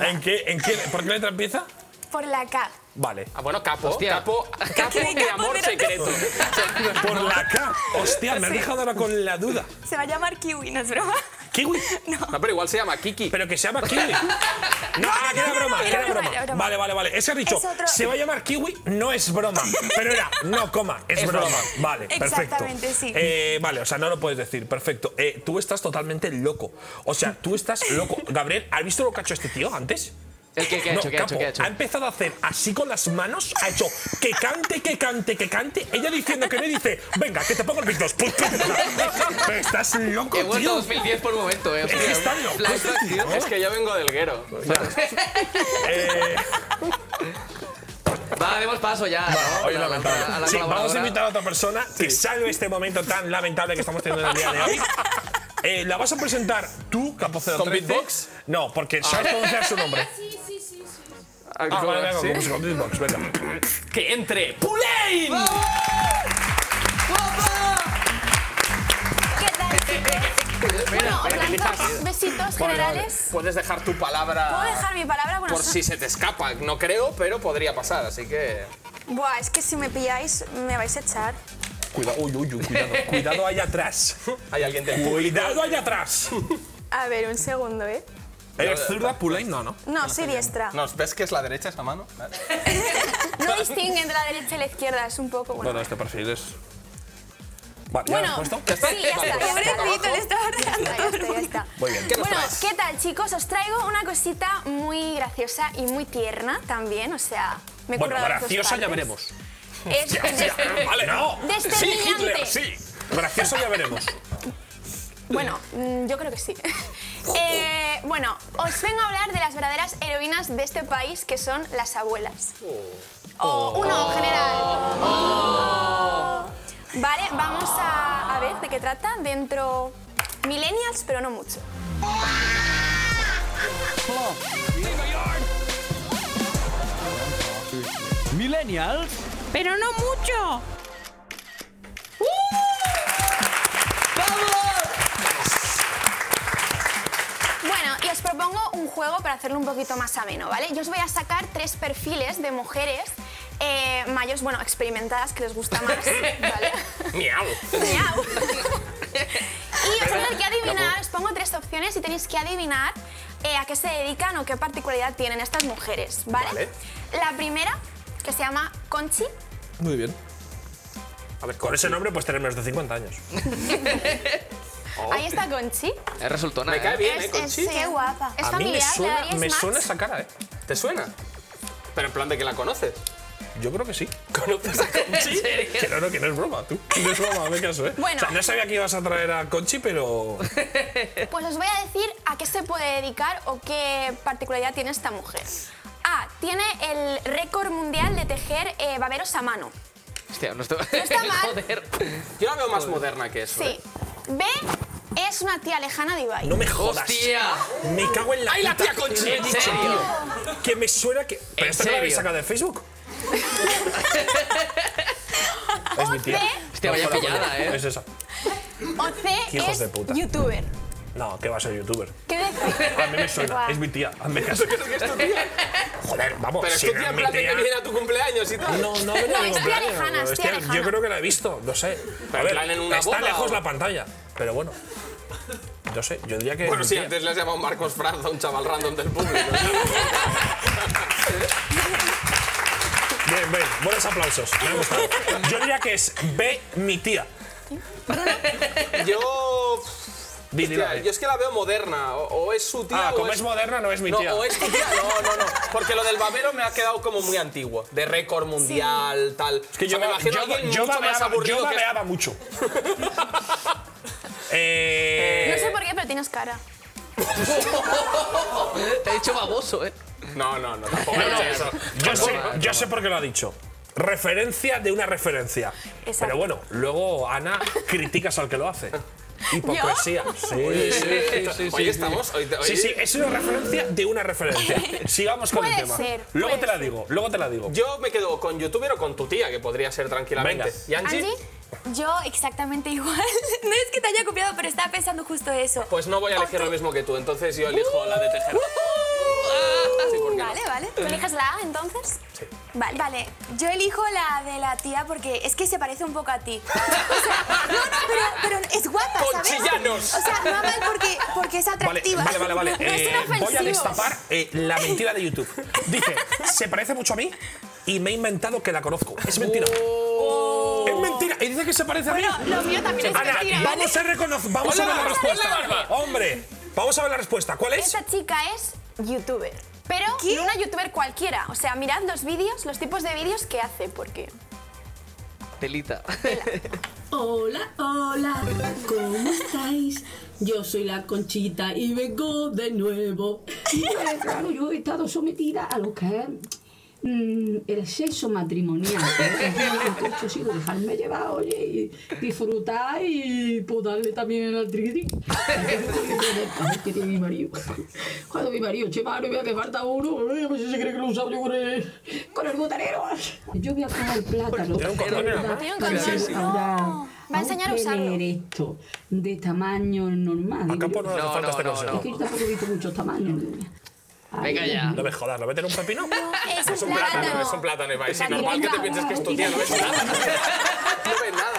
Speaker 5: ¿En qué, en qué, ¿Por qué letra empieza?
Speaker 2: Por la K.
Speaker 5: Vale.
Speaker 7: Ah, bueno, capo,
Speaker 8: Hostia.
Speaker 7: capo, capo
Speaker 2: Que
Speaker 7: de
Speaker 2: capo,
Speaker 7: amor
Speaker 2: mira tú.
Speaker 7: secreto.
Speaker 5: Por
Speaker 2: Ah,
Speaker 5: la K. Hostia, me has dejado ahora con la duda.
Speaker 2: Se va a llamar Kiwi, ¿no es broma?
Speaker 5: ¿Kiwi?
Speaker 7: No, pero igual se llama Kiki.
Speaker 5: Pero que se llama Kiwi. No, ah, que era
Speaker 2: no, no,
Speaker 5: broma,
Speaker 2: era
Speaker 5: que era
Speaker 2: broma,
Speaker 5: broma.
Speaker 2: era broma.
Speaker 5: Vale, vale, vale. Ese ha dicho,
Speaker 2: Es otro-
Speaker 5: se va a llamar Kiwi, no es broma. Pero era, no, coma, es,
Speaker 7: Es
Speaker 5: broma.
Speaker 7: broma.
Speaker 5: Vale, perfecto.
Speaker 2: Exactamente, sí.
Speaker 5: Eh, vale, o sea, no lo puedes decir, perfecto. Eh, tú estás totalmente loco. O sea, tú estás loco. Gabriel, ¿has visto lo que ha hecho este tío antes?
Speaker 8: ¿El qué, qué ha
Speaker 5: No,
Speaker 8: hecho, qué ha hecho,
Speaker 5: capo,
Speaker 8: qué ha hecho?
Speaker 5: empezado a hacer así con las manos, ha hecho que cante, que cante, que cante. Ella diciendo que no y dice, venga, que te pongo el Pues, beat dos". Pero pues, estás loco,
Speaker 8: He vuelto
Speaker 5: tío.
Speaker 8: a 2010 por un momento, ¿eh? O
Speaker 5: Es que está loco,
Speaker 8: flashback,
Speaker 5: tío.
Speaker 8: tío.
Speaker 7: Es que yo vengo del guero.
Speaker 5: Eh,
Speaker 8: Va, demos paso ya. ¿no?
Speaker 5: Oye,
Speaker 8: A la-
Speaker 5: lamentable.
Speaker 8: a la
Speaker 5: Sí, vamos a
Speaker 8: colaboradora.
Speaker 5: invitar a otra persona que salve este momento tan lamentable que estamos teniendo en el día de hoy. Eh, ¿La vas a presentar tú, Capocero
Speaker 7: ¿Con
Speaker 5: 13?
Speaker 7: beatbox?
Speaker 5: No,
Speaker 8: Ah.
Speaker 5: porque sabes pronunciar su nombre.
Speaker 7: Ah,
Speaker 5: Ah, vale, venga,
Speaker 7: sí.
Speaker 5: con- con beatbox, venga.
Speaker 7: Que entre Pulein.
Speaker 11: ¿Qué tal, chicos? Bueno, os lanzo besitos generales.
Speaker 7: Puedes dejar tu
Speaker 2: ¿Puedo
Speaker 7: palabra
Speaker 2: dejar mi palabra? Bueno,
Speaker 7: por
Speaker 2: so-
Speaker 7: si se te escapa. No creo, pero podría pasar, así que.
Speaker 2: Buah, es que si me pilláis, me vais a echar.
Speaker 5: Cuidado, uy, uy, uy, cuidado. Cuidado allá atrás.
Speaker 7: Hay alguien del público.
Speaker 5: Cuidado allá atrás.
Speaker 2: A ver, un segundo, ¿eh?
Speaker 5: ¿Eres zurda, Pulain? No, no.
Speaker 2: No, soy diestra.
Speaker 7: ¿Nos ves que es la derecha esa mano? Vale.
Speaker 11: No distinguen entre la derecha y la izquierda, es un poco. Bueno,
Speaker 5: No, no, este perfil es. Vale, ya lo has puesto.
Speaker 1: ¿Ya está?
Speaker 2: Sí, ya está, ya está.
Speaker 3: Pobrecito, le estaba regalando
Speaker 2: Ya
Speaker 3: todo el
Speaker 2: está, ya está.
Speaker 1: Muy bien. ¿Qué nos
Speaker 2: Bueno,
Speaker 1: traes?
Speaker 2: ¿qué tal, chicos? Os traigo una cosita muy graciosa y muy tierna también, o sea, me he
Speaker 5: Bueno,
Speaker 2: currado las dos
Speaker 5: graciosa ya
Speaker 2: partes.
Speaker 5: veremos.
Speaker 2: Es
Speaker 5: Vale, no. Sí,
Speaker 2: Desternillante.
Speaker 5: Hitler, sí. Gracioso ya veremos.
Speaker 2: Bueno, mm, yo creo que sí. Eh, bueno, os vengo a hablar de las verdaderas heroínas de este país, que son las abuelas.
Speaker 5: Oh.
Speaker 2: O uno en general.
Speaker 5: Oh.
Speaker 2: Vale, vamos a, a ver de qué trata dentro millennials, pero no mucho.
Speaker 10: Millennials.
Speaker 9: Pero no mucho.
Speaker 10: ¡Uh!
Speaker 2: Bueno, y os propongo un juego para hacerlo un poquito más ameno, ¿vale? Yo os voy a sacar tres perfiles de mujeres eh, mayores, bueno, experimentadas, que les gusta más, ¿vale?
Speaker 7: Miau.
Speaker 2: Miau. y os tenéis que adivinar, os pongo tres opciones y tenéis que adivinar eh, a qué se dedican o qué particularidad tienen estas mujeres, ¿vale?
Speaker 7: Vale.
Speaker 2: La primera, que se llama Conchi.
Speaker 5: Muy bien. A ver, con ese nombre puedes tener menos de 50 años.
Speaker 2: Ahí está Conchi.
Speaker 8: Es resultona,
Speaker 7: Me cae
Speaker 8: ¿eh?
Speaker 7: Oh. bien, ¿eh,
Speaker 2: es,
Speaker 7: Conchi?
Speaker 2: qué guapa. Es
Speaker 5: a mí
Speaker 2: familiar,
Speaker 5: me
Speaker 2: le
Speaker 5: suena,
Speaker 2: daríais
Speaker 5: me
Speaker 2: match.
Speaker 5: suena esa cara, ¿eh?
Speaker 7: ¿Te suena? Pero en plan de que la conoces.
Speaker 5: Yo creo que sí.
Speaker 7: ¿Conoces a Conchi?
Speaker 5: Que no, no, que no es broma, tú. No es broma, me caso, ¿eh?
Speaker 2: Bueno.
Speaker 5: O sea, no sabía que ibas a traer a Conchi, pero.
Speaker 2: Pues os voy a decir a qué se puede dedicar o qué particularidad tiene esta mujer. A. Tiene el récord mundial de tejer eh, baberos a mano.
Speaker 8: Hostia, no, estoy...
Speaker 2: está mal.
Speaker 8: Joder.
Speaker 7: Yo la veo más moderna que eso. ¿eh?
Speaker 2: Sí. B. Es una tía lejana de Ibai.
Speaker 5: No me jodas.
Speaker 8: Hostia.
Speaker 5: Me cago en la.
Speaker 7: ¡Ay, la
Speaker 5: puta.
Speaker 7: tía Conchi!
Speaker 5: He dicho,
Speaker 8: serio?
Speaker 5: tío, Que me suena que. ¿Pero
Speaker 8: ¿En
Speaker 5: esto no lo habéis
Speaker 8: serio?
Speaker 5: sacado de Facebook?
Speaker 2: o, C,
Speaker 8: Hostia, vaya pillada, ¿eh?
Speaker 5: Es esa.
Speaker 2: o C
Speaker 5: Hijos
Speaker 2: es
Speaker 5: de puta.
Speaker 2: youtuber.
Speaker 5: No, que va a ser youtuber.
Speaker 2: ¿Qué decir?
Speaker 5: A mí me suena.
Speaker 2: Guau.
Speaker 5: Es mi tía. Hazme caso. Joder, vamos.
Speaker 7: Pero es
Speaker 5: si
Speaker 7: tu
Speaker 5: no
Speaker 7: tía en
Speaker 5: mi
Speaker 7: plan de que
Speaker 5: tía-
Speaker 7: viene a tu cumpleaños y tal.
Speaker 5: No, no,
Speaker 2: No,
Speaker 5: no,
Speaker 2: es tía lejana, es tía lejana.
Speaker 5: Yo creo que la he visto, no sé.
Speaker 7: Pero en plan en una
Speaker 5: está
Speaker 7: boda,
Speaker 5: lejos
Speaker 7: ¿o?
Speaker 5: la pantalla, pero bueno. No sé, yo diría que.
Speaker 7: Bueno,
Speaker 5: mi
Speaker 7: sí,
Speaker 5: tía.
Speaker 7: antes le has llamado Marcos Franza, un chaval random del público.
Speaker 5: Bien, bien, buenos aplausos. Me ha gustado. Yo diría que es B, mi tía.
Speaker 7: Yo.
Speaker 5: Di, di,
Speaker 7: Hostia,
Speaker 5: di.
Speaker 7: yo es que la veo moderna. O, o es su tía.
Speaker 5: Ah,
Speaker 7: o
Speaker 5: como es moderna, no es mi
Speaker 7: No,
Speaker 5: tía.
Speaker 7: o es tu tía. No, no, no. Porque lo del babero me ha quedado como muy antiguo. De récord mundial, tal. Es
Speaker 5: que yo,
Speaker 7: me imagino a
Speaker 5: yo,
Speaker 7: alguien
Speaker 5: yo
Speaker 7: mucho más
Speaker 5: babeaba-
Speaker 7: aburrido
Speaker 5: yo
Speaker 7: que- este.
Speaker 5: babeaba mucho. Eh,
Speaker 2: No sé por qué, pero tienes cara.
Speaker 8: Te he dicho baboso, ¿eh?
Speaker 7: No, no, no. Tampoco
Speaker 5: no,
Speaker 7: he
Speaker 5: no,
Speaker 7: hecho eso.
Speaker 5: yo, sé,
Speaker 8: broma, es
Speaker 5: yo sé por qué lo ha dicho. Referencia de una referencia.
Speaker 2: Exacto.
Speaker 5: Pero bueno, luego Ana criticas al que lo hace. Hipocresía. Sí,
Speaker 7: Sí, sí, hoy estamos. Hoy, hoy-
Speaker 5: Sí, sí, es una referencia de una referencia. Sigamos con el
Speaker 2: Puede
Speaker 5: tema.
Speaker 2: ser,
Speaker 5: luego
Speaker 2: puede
Speaker 5: te la digo, luego te la digo.
Speaker 7: Yo me quedo con youtuber o con tu tía, que podría ser tranquilamente.
Speaker 5: Venga.
Speaker 7: ¿Y Angie?
Speaker 3: Angie, yo exactamente igual. No es que te haya copiado, pero estaba pensando justo eso.
Speaker 7: Pues no voy a elegir lo mismo que tú, entonces yo elijo la de tejer. Sí, ¿por qué no?
Speaker 3: Vale, vale.
Speaker 2: ¿Tú eliges la A entonces? Sí. Vale.
Speaker 3: Vale, yo elijo la de la tía porque es que se parece un poco a ti. O sea, no, no, pero, pero es guapa, ¿sabes?
Speaker 7: Conchillanos.
Speaker 3: O sea, no mal porque, porque es
Speaker 5: Vale,
Speaker 3: atractiva.
Speaker 5: vale, vale. vale.
Speaker 3: No es
Speaker 5: Eh,
Speaker 3: inofensivo.
Speaker 5: voy a destapar eh, la mentira de YouTube. Dice, se parece mucho a mí y me he inventado que la conozco. Es mentira. Es mentira. Y dice que se parece a mí.
Speaker 3: Bueno, lo mío también es
Speaker 5: Ana,
Speaker 3: mentira. ¿vale?
Speaker 5: vamos a reconocer. Vamos a ver la
Speaker 7: barba, ponle
Speaker 5: respuesta.
Speaker 7: barba.
Speaker 5: Hombre, vamos a ver la respuesta. ¿Cuál es?
Speaker 2: Esta chica es youtuber. Pero
Speaker 3: ¿Qué?
Speaker 2: no una youtuber cualquiera. O sea, mirad los vídeos, los tipos de vídeos que hace, porque...
Speaker 8: Telita.
Speaker 9: Hola, hola, ¿cómo estáis? Yo soy la Conchita y vengo de nuevo. Y, eh, claro, yo he estado sometida a lo que es mm, el sexo matrimonial. ¿eh? Lo que he sido dejarme llevar, oye, y disfrutar y pues darle también al trigri. que tiene mi marido. Cuando mi marido, che, mano, vea que falta uno, eh, a ver si se cree que lo usaba yo con el, con el botanero. Yo voy a comer plátano.
Speaker 5: Tiene un condón en la mano.
Speaker 2: Tiene un condón.
Speaker 9: Sí,
Speaker 2: No.
Speaker 9: ahora-
Speaker 2: Va a enseñar a
Speaker 9: ahora
Speaker 2: usarlo.
Speaker 9: tener esto de tamaño normal.
Speaker 5: A
Speaker 9: digo yo.
Speaker 5: campo no hace
Speaker 8: No,
Speaker 5: falta
Speaker 8: no,
Speaker 5: este
Speaker 8: no,
Speaker 5: consejo.
Speaker 8: no.
Speaker 9: Es que yo tampoco he visto muchos tamaños.
Speaker 4: Venga ya.
Speaker 5: No me jodas, ¿lo meten en un pepino?
Speaker 12: Es un,
Speaker 7: Es un plátano, es un plátano,
Speaker 5: Pues
Speaker 7: Ibai. Es normal que te pienses que es tu tía, no ves nada. No ves nada. ¿eh?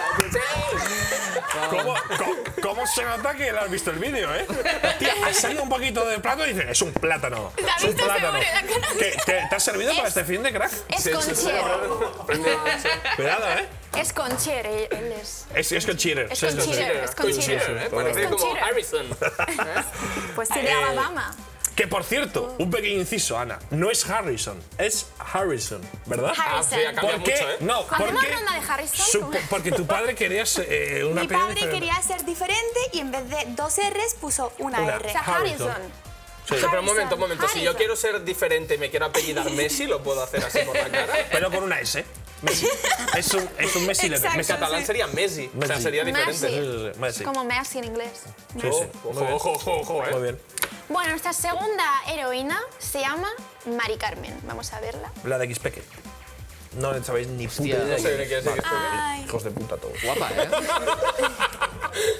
Speaker 5: ¿Cómo, cómo, cómo se nota que lo has visto el vídeo, eh? Tía, has salido un poquito del plato y dices, es un plátano.
Speaker 12: Lo has
Speaker 5: Es un
Speaker 12: visto
Speaker 5: plátano.
Speaker 12: seguro en la cara.
Speaker 5: ¿Qué, qué, te has servido para este fin de crack?
Speaker 2: Es conchero.
Speaker 5: Cuidado, ¿eh?
Speaker 2: Es conchero, él es.
Speaker 5: Es, es con cheater.
Speaker 2: Es
Speaker 5: sí, sí, sí.
Speaker 2: conchero, es
Speaker 13: Cheater,
Speaker 2: conchero.
Speaker 13: ¿eh? Parece
Speaker 2: Es con
Speaker 13: como
Speaker 2: cheater.
Speaker 13: Harrison.
Speaker 12: Pues tiene
Speaker 5: Eh,
Speaker 12: Alabama.
Speaker 5: Que por cierto, un pequeño inciso, Ana. No es Harrison, es Harrison, ¿verdad?
Speaker 13: Ah, sí, ha
Speaker 12: Harrison.
Speaker 13: cambiado
Speaker 5: ¿Por qué?
Speaker 13: mucho, ¿eh?
Speaker 5: No,
Speaker 12: Cuando
Speaker 5: porque,
Speaker 12: hemos hablado de Harrison,
Speaker 5: su-
Speaker 12: ¿cómo?
Speaker 5: porque tu padre quería ser, eh, una
Speaker 12: Mi padre quería ser diferente y en vez de dos R's puso una,
Speaker 5: Una.
Speaker 12: R.
Speaker 2: O sea,
Speaker 5: Harrison.
Speaker 2: Harrison.
Speaker 5: Sí.
Speaker 7: Pero un momento, un momento. Si yo
Speaker 2: Harrison.
Speaker 7: quiero ser diferente y me quiero apellidar Messi, lo puedo hacer así por la cara.
Speaker 5: Pero con una S. Messi. Es un, es un Messi
Speaker 12: Exacto.
Speaker 5: Lever. Messi.
Speaker 12: Catalán
Speaker 7: Catalán sería Messi. O sea,
Speaker 5: Messi.
Speaker 7: sería
Speaker 5: Sí,
Speaker 7: diferente.
Speaker 2: Messi.
Speaker 5: sí, sí, Messi.
Speaker 2: Como Messi en inglés.
Speaker 5: Sí, sí. Muy
Speaker 7: Ojo,
Speaker 5: bien.
Speaker 7: ojo, ojo, ojo,
Speaker 5: Muy
Speaker 7: eh.
Speaker 5: bien.
Speaker 2: Bueno, nuestra segunda heroína se llama Mari Carmen. Vamos a verla.
Speaker 5: La de Xpeque. No le sabéis ni puta
Speaker 4: Hostia,
Speaker 5: idea
Speaker 4: no
Speaker 7: sé
Speaker 5: quién
Speaker 7: ni
Speaker 5: es.
Speaker 7: qué es
Speaker 5: Vale,
Speaker 12: Ay.
Speaker 5: Hijos de puta todos.
Speaker 4: Guapa, ¿eh?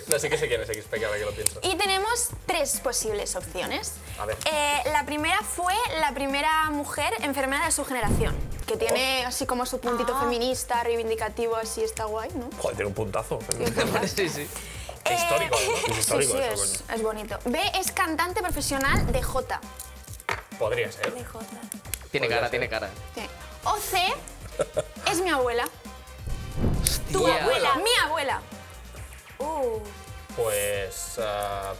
Speaker 7: No sé qué sé quién es XP, que ahora que lo pienso.
Speaker 2: Y tenemos tres posibles opciones.
Speaker 7: A ver.
Speaker 2: Eh, la primera fue la primera mujer enfermera de su generación, que
Speaker 5: Oh.
Speaker 2: tiene así como su
Speaker 12: Ah.
Speaker 2: puntito feminista, reivindicativo, así está guay, ¿no?
Speaker 5: Joder, tiene un puntazo.
Speaker 4: Sí, sí.
Speaker 2: Eh,
Speaker 5: histórico, además. Es histórico
Speaker 2: sí, sí,
Speaker 5: eso,
Speaker 2: es, es bonito. B es cantante profesional de J.
Speaker 7: Podría ser.
Speaker 4: Tiene cara, tiene cara.
Speaker 2: Sí. O C es mi abuela.
Speaker 4: Tu
Speaker 2: Abuela, mi abuela.
Speaker 7: Pues. ah,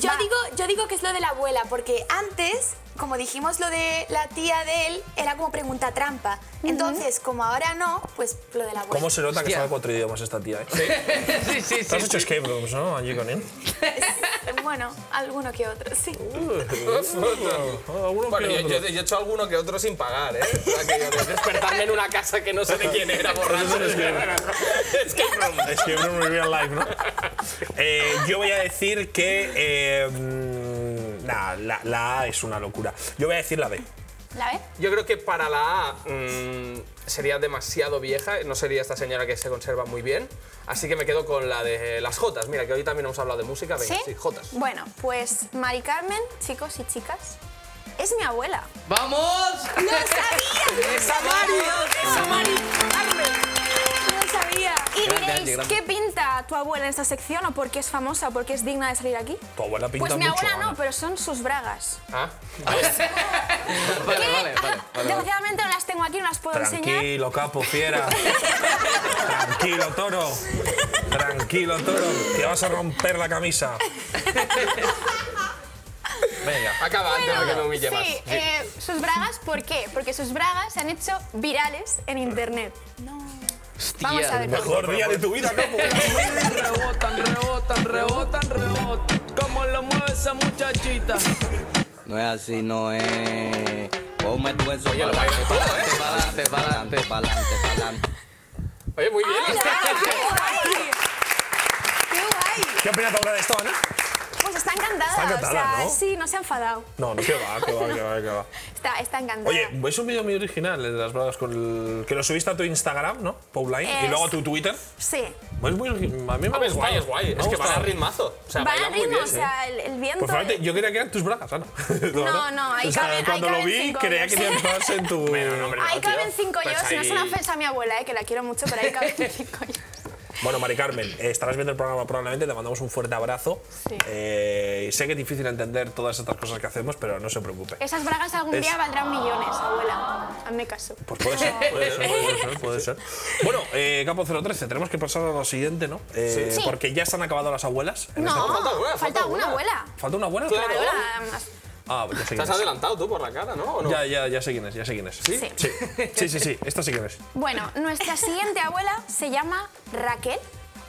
Speaker 12: Yo digo, yo digo que es lo de la abuela, porque antes, como dijimos lo de la tía de él, era como pregunta trampa. Entonces, como ahora no, pues lo de la abuela.
Speaker 5: ¿Cómo se nota que
Speaker 4: Hostia.
Speaker 5: sabe cuatro idiomas esta tía, eh?
Speaker 4: Sí, sí,
Speaker 5: Te
Speaker 4: sí.
Speaker 5: has hecho escape rooms, ¿no, Angie Conin?
Speaker 12: Bueno, alguno que otro, sí.
Speaker 5: Alguno
Speaker 7: Bueno,
Speaker 5: que
Speaker 7: yo,
Speaker 5: otro.
Speaker 7: yo- yo he hecho alguno que otro sin pagar, ¿eh? O sea, que yo de despertarme en una casa que no sé de quién era, borracho. es que
Speaker 5: Es que uno muy real life, ¿no? Eh, yo voy a decir que. eh, mm, nah, la, la A es una locura. Yo voy a decir la B.
Speaker 2: ¿La ves?
Speaker 7: Yo creo que para la A mm, sería demasiado vieja, no sería esta señora que se conserva muy bien, así que me quedo con la de las Jotas. Mira, que hoy también hemos hablado de música, venga,
Speaker 2: ¿Sí?
Speaker 7: sí, Jotas.
Speaker 2: Bueno, pues Mari Carmen, chicos y chicas, es mi abuela.
Speaker 4: ¡Vamos!
Speaker 12: ¡No sabía!
Speaker 2: Mari Carmen.
Speaker 12: ¡No sabía!
Speaker 2: Y
Speaker 4: Grande, Angie,
Speaker 2: diréis,
Speaker 4: grande.
Speaker 2: ¿qué pinta tu abuela en esta sección o por qué es famosa o por qué es digna de salir aquí?
Speaker 5: Tu abuela pinta
Speaker 2: Pues mi
Speaker 5: mucho.
Speaker 2: abuela no,
Speaker 5: Ana.
Speaker 2: pero son sus bragas.
Speaker 7: Ah,
Speaker 4: Vale,
Speaker 2: ¿Qué?
Speaker 4: vale, vale.
Speaker 2: Ah,
Speaker 4: vale, vale.
Speaker 2: Desgraciadamente no las tengo aquí, no las puedo enseñar.
Speaker 5: Tranquilo, capo, fiera. Tranquilo, toro. Tranquilo, toro. Te vas a romper la camisa. Venga.
Speaker 7: acaba antes de que me
Speaker 2: Bueno,
Speaker 7: humille más.
Speaker 2: sí, eh, sus bragas, ¿por qué? Porque sus bragas se han hecho virales en internet. Vamos a
Speaker 4: Hostia.
Speaker 2: ver.
Speaker 5: Mejor día de tu vida, capo.
Speaker 10: Rebotan, rebotan, rebotan, rebotan. Como lo mueve esa muchachita.
Speaker 8: No es así, no es. Ponme tu eso para adelante, para adelante, para adelante, para adelante, para adelante.
Speaker 7: ¿eh? Oye, muy bien.
Speaker 12: ¡Qué guay!
Speaker 5: ¿Qué opina tu abuela de esto, Ana?
Speaker 2: Pues está encantada,
Speaker 5: Está
Speaker 2: o
Speaker 5: encantada,
Speaker 2: sea,
Speaker 5: ¿no?
Speaker 2: sí, no se ha enfadado.
Speaker 5: No, no, que va, que va, que va, que va.
Speaker 2: Está, está encantada.
Speaker 5: Oye, es un vídeo muy original el de las bragas con el- que lo subiste a tu Instagram, ¿no? Pauline. Y
Speaker 2: Es.
Speaker 5: luego a tu Twitter.
Speaker 2: sí.
Speaker 5: Pues muy, a mí me ha
Speaker 7: A ver, es Ah, guay,
Speaker 5: gustado.
Speaker 7: es guay.
Speaker 5: Me ha
Speaker 7: Es que
Speaker 5: gustado.
Speaker 7: va a ritmazo. O sea,
Speaker 2: Va
Speaker 7: baila
Speaker 2: al
Speaker 7: muy
Speaker 2: ritmo,
Speaker 7: bien. ¿eh?
Speaker 2: o sea, el, el viento.
Speaker 5: Pues fíjate, yo creía que eran tus bragas, Ana.
Speaker 2: No, no, ahí
Speaker 5: O sea,
Speaker 2: caben- ahí
Speaker 5: Cuando lo
Speaker 2: caben
Speaker 5: vi,
Speaker 2: cinco
Speaker 5: creía que
Speaker 2: hombres.
Speaker 5: tenían todas en tu.
Speaker 2: Ahí caben cinco yo,
Speaker 7: Pues
Speaker 2: si no es una
Speaker 7: ahí-
Speaker 2: ofensa a mi abuela, eh, que la quiero mucho, pero ahí caben cinco yo.
Speaker 5: Bueno, Mari Carmen, eh, estarás viendo el programa probablemente, te mandamos un fuerte abrazo.
Speaker 2: Sí.
Speaker 5: Eh, sé que es difícil entender todas estas cosas que hacemos, pero no se preocupe.
Speaker 2: Esas bragas algún
Speaker 5: Es-
Speaker 2: día valdrán millones, abuela. Hazme caso.
Speaker 5: Pues puede ser, puede ser, puede ser, puede ser. Bueno, eh, Capo 013, tenemos que pasar a lo siguiente, ¿no? Eh,
Speaker 2: Sí. Sí.
Speaker 5: Porque ya se han acabado las abuelas. en
Speaker 2: No,
Speaker 5: este-
Speaker 7: falta
Speaker 2: falta
Speaker 7: una,
Speaker 2: una,
Speaker 7: falta una.
Speaker 2: abuela.
Speaker 5: ¿Falta una abuela?
Speaker 7: Claro.
Speaker 2: Abuela, además.
Speaker 5: Ah, ya sé quién
Speaker 7: Estás
Speaker 5: es.
Speaker 7: adelantado tú por la cara, ¿no? ¿O no?
Speaker 5: Ya, ya, ya sé quién es, ya sé quién es. ¿Sí?
Speaker 2: Sí.
Speaker 5: Sí, sí, sí, sí, esta sí quién es.
Speaker 2: Bueno, nuestra siguiente abuela se llama Raquel.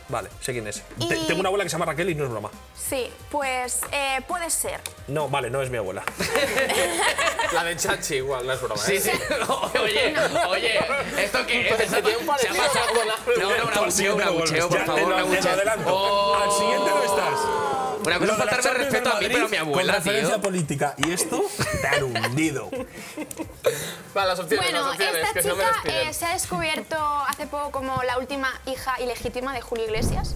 Speaker 5: Vale, sé quién es.
Speaker 2: Y-
Speaker 5: Te- Tengo una abuela que se llama Raquel y no es broma.
Speaker 2: Sí, pues eh, puede ser.
Speaker 5: No, vale, no es mi abuela.
Speaker 7: La de Chachi igual, no es broma.
Speaker 4: Sí,
Speaker 7: ¿eh?
Speaker 4: sí. Oye, oye, ¿esto qué es?
Speaker 7: Parece que un
Speaker 4: Se ha
Speaker 7: parecido
Speaker 4: pasado
Speaker 7: con la-
Speaker 4: No, no, un abucheo, un
Speaker 5: Siguiente
Speaker 4: abucheo,
Speaker 5: vuelves.
Speaker 4: por
Speaker 5: Ya,
Speaker 4: favor,
Speaker 5: te
Speaker 4: un
Speaker 5: lo- te lo
Speaker 4: abucheo.
Speaker 5: adelanto.
Speaker 4: Oh.
Speaker 5: Al siguiente no estás.
Speaker 4: Una cosa es
Speaker 5: Lo de la
Speaker 4: faltarme el
Speaker 5: Champions
Speaker 4: respeto a mí,
Speaker 5: del
Speaker 4: pero a mi
Speaker 5: Madrid
Speaker 4: abuela,
Speaker 5: con referencia
Speaker 4: tío.
Speaker 5: política. Y esto te han hundido.
Speaker 7: Vale, las opciones,
Speaker 2: Bueno,
Speaker 7: las opciones,
Speaker 2: esta
Speaker 7: que
Speaker 2: chica
Speaker 7: no me despiden.
Speaker 2: eh, se ha descubierto hace poco como la última hija ilegítima de Julio Iglesias.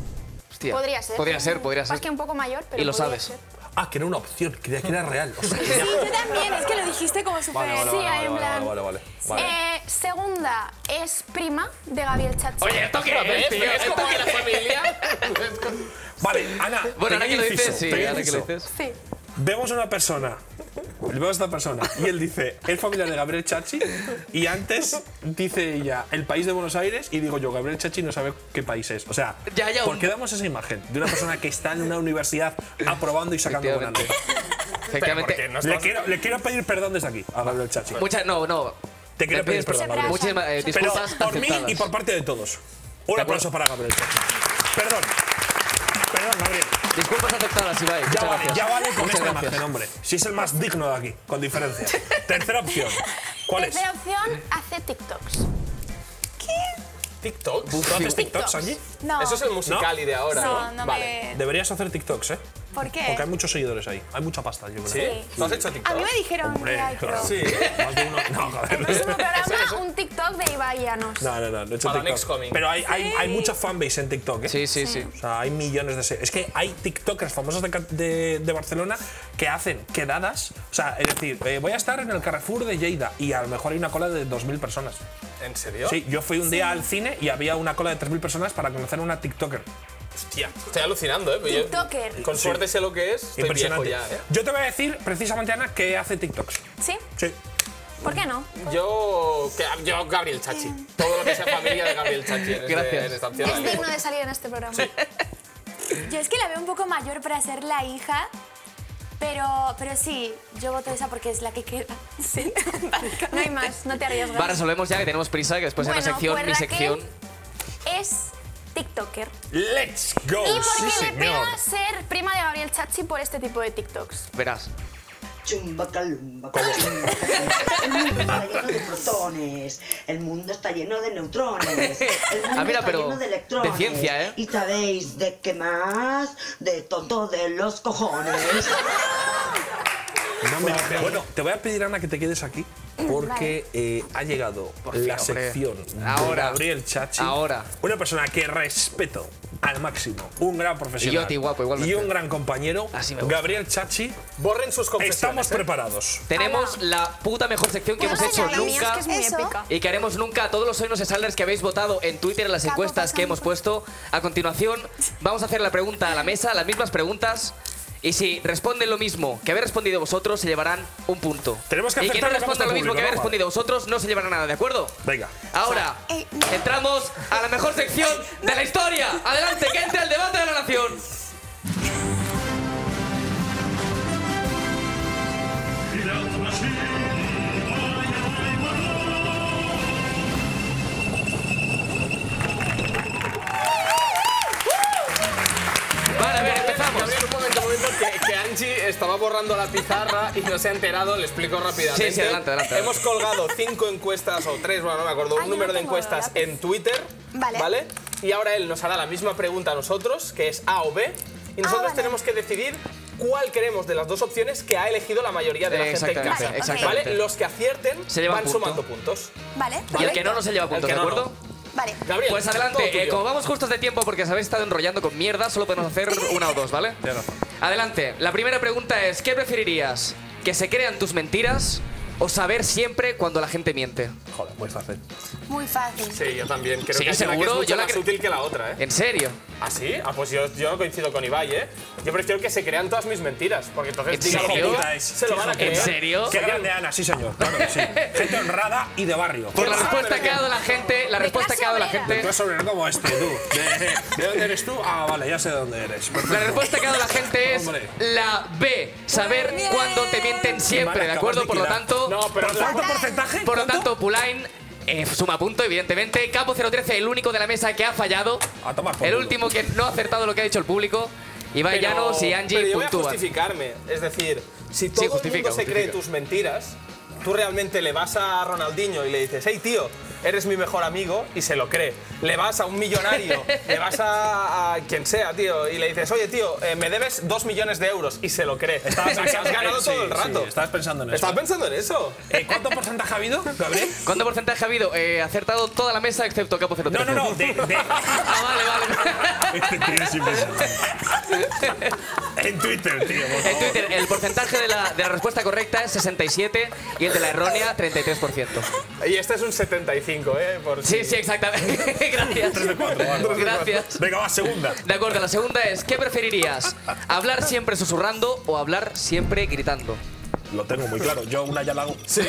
Speaker 4: Hostia.
Speaker 2: Podría ser.
Speaker 4: Podría ser, podría
Speaker 2: Más
Speaker 4: ser.
Speaker 2: que un poco mayor, pero.
Speaker 4: Y lo
Speaker 2: podría
Speaker 4: sabes.
Speaker 2: ser.
Speaker 5: Ah, que era una opción, creía que era real. O sea,
Speaker 14: Sí,
Speaker 5: creía-
Speaker 14: yo también, es que lo dijiste como súper.
Speaker 5: Vale, vale,
Speaker 2: Sí,
Speaker 5: vale,
Speaker 2: ahí en
Speaker 5: vale,
Speaker 2: plan.
Speaker 5: vale, vale, vale.
Speaker 2: Eh, segunda es prima de Gabriel Chacho.
Speaker 5: Oye, ¿esto qué es, tío?
Speaker 2: Es
Speaker 5: ¿Esto
Speaker 2: como
Speaker 5: qué
Speaker 2: de la
Speaker 5: es?
Speaker 2: familia.
Speaker 5: Vale, Ana.
Speaker 8: Bueno,
Speaker 5: pequeño
Speaker 8: ahora que lo dices,
Speaker 5: inciso,
Speaker 8: sí,
Speaker 5: pequeño
Speaker 8: ahora que lo
Speaker 5: inciso.
Speaker 8: dices.
Speaker 2: Sí.
Speaker 5: Vemos a una persona, vemos a esta persona, y él dice, es familiar de Gabriel Chachi, y antes dice ella, el país de Buenos Aires, y digo yo, Gabriel Chachi no sabe qué país es. O sea,
Speaker 8: Ya, ya,
Speaker 5: ¿por
Speaker 8: un-
Speaker 5: qué damos esa imagen de una persona que está en una universidad aprobando y sacando buena nota?
Speaker 8: Efectivamente.
Speaker 5: Pero porque no le, quiero, le quiero pedir perdón desde aquí a Gabriel Chachi.
Speaker 8: Muchas, no, no.
Speaker 5: Te quiero
Speaker 8: Le
Speaker 5: pedir
Speaker 8: pides
Speaker 5: perdón,
Speaker 8: perdón.
Speaker 5: Gabriel.
Speaker 8: Muchísimas, eh,
Speaker 5: Pero
Speaker 8: disculpas
Speaker 5: por mí
Speaker 8: aceptadas.
Speaker 5: y por parte de todos. Un aplauso para Gabriel Chachi. Perdón. Perdón, Gabriel.
Speaker 8: Disculpas aceptadas, Ibai.
Speaker 5: Ya
Speaker 8: Muchas
Speaker 5: vale,
Speaker 8: gracias.
Speaker 5: ya vale con
Speaker 8: Muchas
Speaker 5: esta
Speaker 8: gracias.
Speaker 5: imagen, hombre. Si es el más digno de aquí, con diferencia. Tercera opción. ¿Cuál
Speaker 7: Pues.
Speaker 5: es?
Speaker 2: Tercera opción, hace TikToks.
Speaker 7: ¿TikToks?
Speaker 5: ¿Tú haces TikToks, Angie?
Speaker 2: No.
Speaker 7: Eso es el musicali de ahora.
Speaker 2: Ah, No, no me-
Speaker 7: Vale.
Speaker 5: Deberías hacer TikToks, ¿eh?
Speaker 14: ¿Por qué?
Speaker 5: Porque hay muchos seguidores ahí. Hay mucha pasta, yo creo.
Speaker 7: ¿Sí? ¿Tú has hecho TikTok?
Speaker 2: A mí me dijeron
Speaker 5: Hombre,
Speaker 2: que hay
Speaker 5: claro.
Speaker 2: TikTok.
Speaker 5: Más de uno. No, joder.
Speaker 2: El próximo programa, un TikTok de Ibai Llanos.
Speaker 5: No, no, no, no he hecho
Speaker 7: Para
Speaker 5: TikTok.
Speaker 7: next coming.
Speaker 5: Pero hay, hay,
Speaker 2: Sí.
Speaker 5: hay mucha fanbase en TikTok, ¿eh?
Speaker 8: Sí, sí, sí.
Speaker 5: O sea, hay millones de... se- Es que hay TikTokers famosos de, Ca- de- de Barcelona que hacen quedadas. O sea, es decir, eh, voy a estar en el Carrefour de Lleida y a lo mejor hay una cola de 2.000 personas.
Speaker 7: ¿En serio?
Speaker 5: Sí, yo fui un día al cine y había una cola de 3.000 personas para conocer a una TikToker.
Speaker 7: Hostia, estoy alucinando, ¿eh? Pero yo-
Speaker 2: TikToker.
Speaker 7: con
Speaker 5: Sí.
Speaker 7: suerte sé lo que es. Estoy viejo
Speaker 5: Impresionante.
Speaker 7: ya, ¿eh?
Speaker 5: Yo te voy a decir precisamente, Ana, que hace TikToks.
Speaker 2: ¿Sí?
Speaker 5: Sí.
Speaker 2: ¿Por qué no?
Speaker 7: Yo, que- yo Gabriel Chachi. Todo lo que sea familia de Gabriel Chachi en, este-
Speaker 8: Gracias.
Speaker 7: en esta opción.
Speaker 2: Es digno de salir en este programa.
Speaker 14: Yo es que la veo un poco mayor para ser la hija, pero, pero sí, yo voto esa porque es la que queda. Sí,
Speaker 2: No hay más, no te arriesgas.
Speaker 8: Va, resolvemos ya que tenemos prisa, que después hay
Speaker 2: Bueno,
Speaker 8: una sección,
Speaker 2: pues
Speaker 8: mi
Speaker 2: Raquel-
Speaker 8: sección.
Speaker 2: Es TikToker.
Speaker 5: ¡Let's go!
Speaker 2: ¿Y por
Speaker 5: Oh, sí,
Speaker 2: qué le
Speaker 5: señor.
Speaker 2: pega ser prima de Gabriel Chachi por este tipo de TikToks?
Speaker 8: Verás.
Speaker 12: Chumbacalumba, está lleno de protones, el mundo está lleno de neutrones, el mundo
Speaker 8: Ah, mira,
Speaker 12: está
Speaker 8: pero
Speaker 12: lleno de electrones.
Speaker 8: de ciencia, ¿eh?
Speaker 12: Y sabéis de qué más, de tonto de los cojones.
Speaker 5: No me- Bueno, te voy a pedir, Ana, que te quedes aquí porque eh, ha llegado la
Speaker 8: fin, hombre.
Speaker 5: sección
Speaker 8: Ahora.
Speaker 5: de Gabriel Chachi.
Speaker 8: Ahora.
Speaker 5: Una persona que respeto al máximo. Un gran profesional.
Speaker 8: Y yo a ti, guapo, igualmente.
Speaker 5: Y un gran compañero.
Speaker 8: Así me gusta.
Speaker 5: Gabriel Chachi.
Speaker 7: Borren sus confesiones.
Speaker 5: Estamos
Speaker 7: ¿eh?
Speaker 5: preparados.
Speaker 8: Tenemos la puta mejor sección que hemos hecho
Speaker 2: pues La mía es
Speaker 8: nunca.
Speaker 2: que es muy
Speaker 14: Eso.
Speaker 2: épica.
Speaker 8: Y que haremos nunca a todos los hoy no se salders que habéis votado en Twitter en las
Speaker 14: Caco,
Speaker 8: encuestas
Speaker 14: pasa
Speaker 8: que
Speaker 14: mi
Speaker 8: hemos
Speaker 14: cosa.
Speaker 8: puesto. A continuación, vamos a hacer la pregunta a la mesa, las mismas preguntas. Y si responden lo mismo que habéis respondido vosotros, se llevarán un punto.
Speaker 5: Tenemos que
Speaker 8: y quien no
Speaker 5: acertar las
Speaker 8: responda
Speaker 5: cosas
Speaker 8: lo
Speaker 5: del
Speaker 8: mismo
Speaker 5: público,
Speaker 8: que habéis
Speaker 5: ¿no?
Speaker 8: respondido vosotros, no se llevará nada, ¿de acuerdo?
Speaker 5: Venga.
Speaker 8: Ahora,
Speaker 14: Eh, no.
Speaker 8: entramos a la mejor sección de la historia. Adelante, que entre el debate de la nación. Vale, a ver, empezamos.
Speaker 7: Gabriel, un momento, un momento, que, que Angie estaba borrando la pizarra y no se ha enterado, le explico rápidamente.
Speaker 8: Sí, sí, adelante, adelante, adelante.
Speaker 7: Hemos colgado cinco encuestas o tres, bueno, no me acuerdo,
Speaker 14: Ah,
Speaker 7: un
Speaker 14: yo
Speaker 7: número
Speaker 14: no
Speaker 7: de
Speaker 14: tengo
Speaker 7: encuestas
Speaker 14: lápiz.
Speaker 7: en Twitter,
Speaker 14: Vale.
Speaker 7: Y ahora él nos hará la misma pregunta a nosotros, que es A o B, y nosotros
Speaker 14: Ah, vale.
Speaker 7: tenemos que decidir cuál queremos de las dos opciones que ha elegido la mayoría de la
Speaker 8: Eh,
Speaker 7: gente en
Speaker 8: exactamente,
Speaker 7: casa.
Speaker 14: Vale, ok.
Speaker 8: exactamente.
Speaker 7: ¿Vale? Los que acierten
Speaker 8: Se llevan
Speaker 7: van
Speaker 8: punto.
Speaker 7: sumando puntos.
Speaker 14: Vale,
Speaker 8: Y el que
Speaker 14: perfecto.
Speaker 8: no, no se lleva
Speaker 7: El
Speaker 8: puntos,
Speaker 7: que
Speaker 8: ¿de
Speaker 7: no,
Speaker 8: acuerdo?
Speaker 14: Vale.
Speaker 7: Gabriel,
Speaker 8: Pues
Speaker 7: todo
Speaker 8: adelante, eh,
Speaker 7: tuyo.
Speaker 8: como vamos justos de tiempo porque os habéis estado enrollando con mierda, solo podemos hacer una o dos, ¿vale? Adelante, la primera pregunta es, ¿qué preferirías? ¿Que se crean tus mentiras o saber siempre cuando la gente miente?
Speaker 5: Joder, muy fácil.
Speaker 14: Muy fácil.
Speaker 7: Sí, yo también. Creo
Speaker 8: Sí,
Speaker 7: que hay una que
Speaker 8: seguro,
Speaker 7: es mucho
Speaker 8: yo la
Speaker 7: más
Speaker 8: cre-
Speaker 7: útil que la otra, ¿eh?
Speaker 8: ¿En serio?
Speaker 7: ¿Ah, sí? Ah, pues yo, yo coincido con Ibai, ¿eh? Yo prefiero que se crean todas mis mentiras, porque entonces
Speaker 8: ¿En
Speaker 7: diga lo que
Speaker 8: serio?
Speaker 7: diga, se lo van a creer.
Speaker 8: ¿En serio?
Speaker 5: Qué grande, Ana, sí, señor. Claro, que sí. Gente honrada y de barrio.
Speaker 8: Por la respuesta que ha dado la gente, la respuesta
Speaker 2: clase
Speaker 8: que ha dado la
Speaker 2: obrera.
Speaker 8: gente...
Speaker 5: Tú eres obrero como este, tú. ¿De, de dónde eres tú? Ah, vale, ya sé de dónde eres. Perfecto.
Speaker 8: La respuesta que ha dado la gente es
Speaker 5: Hombre.
Speaker 8: la B, saber
Speaker 14: Bien.
Speaker 8: cuándo te mienten siempre, ¿de
Speaker 5: Mal,
Speaker 8: acuerdo?
Speaker 5: acabas de
Speaker 8: Por lo
Speaker 5: quitar.
Speaker 8: tanto,
Speaker 7: No, pero
Speaker 5: ¿Por
Speaker 7: la-
Speaker 5: cuánto porcentaje?
Speaker 8: Por lo
Speaker 5: ¿Cuánto?
Speaker 8: tanto, Pulain eh, suma punto, evidentemente. Capo 013, el único de la mesa que ha fallado.
Speaker 5: A tomar por
Speaker 8: el
Speaker 5: culo.
Speaker 8: último que no ha acertado lo que ha dicho el público. Ibai
Speaker 7: Pero-
Speaker 8: Llanos y
Speaker 7: pero
Speaker 8: Angie
Speaker 7: yo voy a
Speaker 8: puntúan.
Speaker 7: justificarme. Es decir, si todo el
Speaker 8: justifica,
Speaker 7: mundo se cree
Speaker 8: justifica.
Speaker 7: tus mentiras, tú realmente le vas a Ronaldinho y le dices, hey, tío, eres mi mejor amigo y se lo cree. Le vas a un millonario, le vas a, a quien sea, tío, y le dices, oye, tío, eh, me debes dos millones de euros y se lo cree.
Speaker 5: Estabas
Speaker 7: O sea, que has
Speaker 5: pensando-
Speaker 7: ganado
Speaker 5: sí,
Speaker 7: todo el
Speaker 5: sí,
Speaker 7: rato.
Speaker 5: estabas pensando en
Speaker 7: ¿Estás
Speaker 5: eso.
Speaker 7: pensando en eso?
Speaker 5: eh, ¿Cuánto porcentaje ha habido, Gabriel?
Speaker 8: ¿Cuánto porcentaje ha habido? Eh, acertado toda la mesa excepto Capo 03.
Speaker 5: No, no, no, de- de-
Speaker 8: Ah, vale, vale.
Speaker 5: Este tío es En Twitter, tío. por
Speaker 8: En Twitter, el porcentaje de la, de la respuesta correcta es 67 y el de la errónea 33%.
Speaker 7: Y este es un 75, ¿eh? Por
Speaker 8: Sí, sí, exactamente. Gracias. Gracias.
Speaker 5: Venga, va, segunda.
Speaker 8: De acuerdo, la segunda es, ¿qué preferirías? ¿Hablar siempre susurrando o hablar siempre gritando?
Speaker 5: Lo tengo muy claro. Yo una ya la hago. Sí,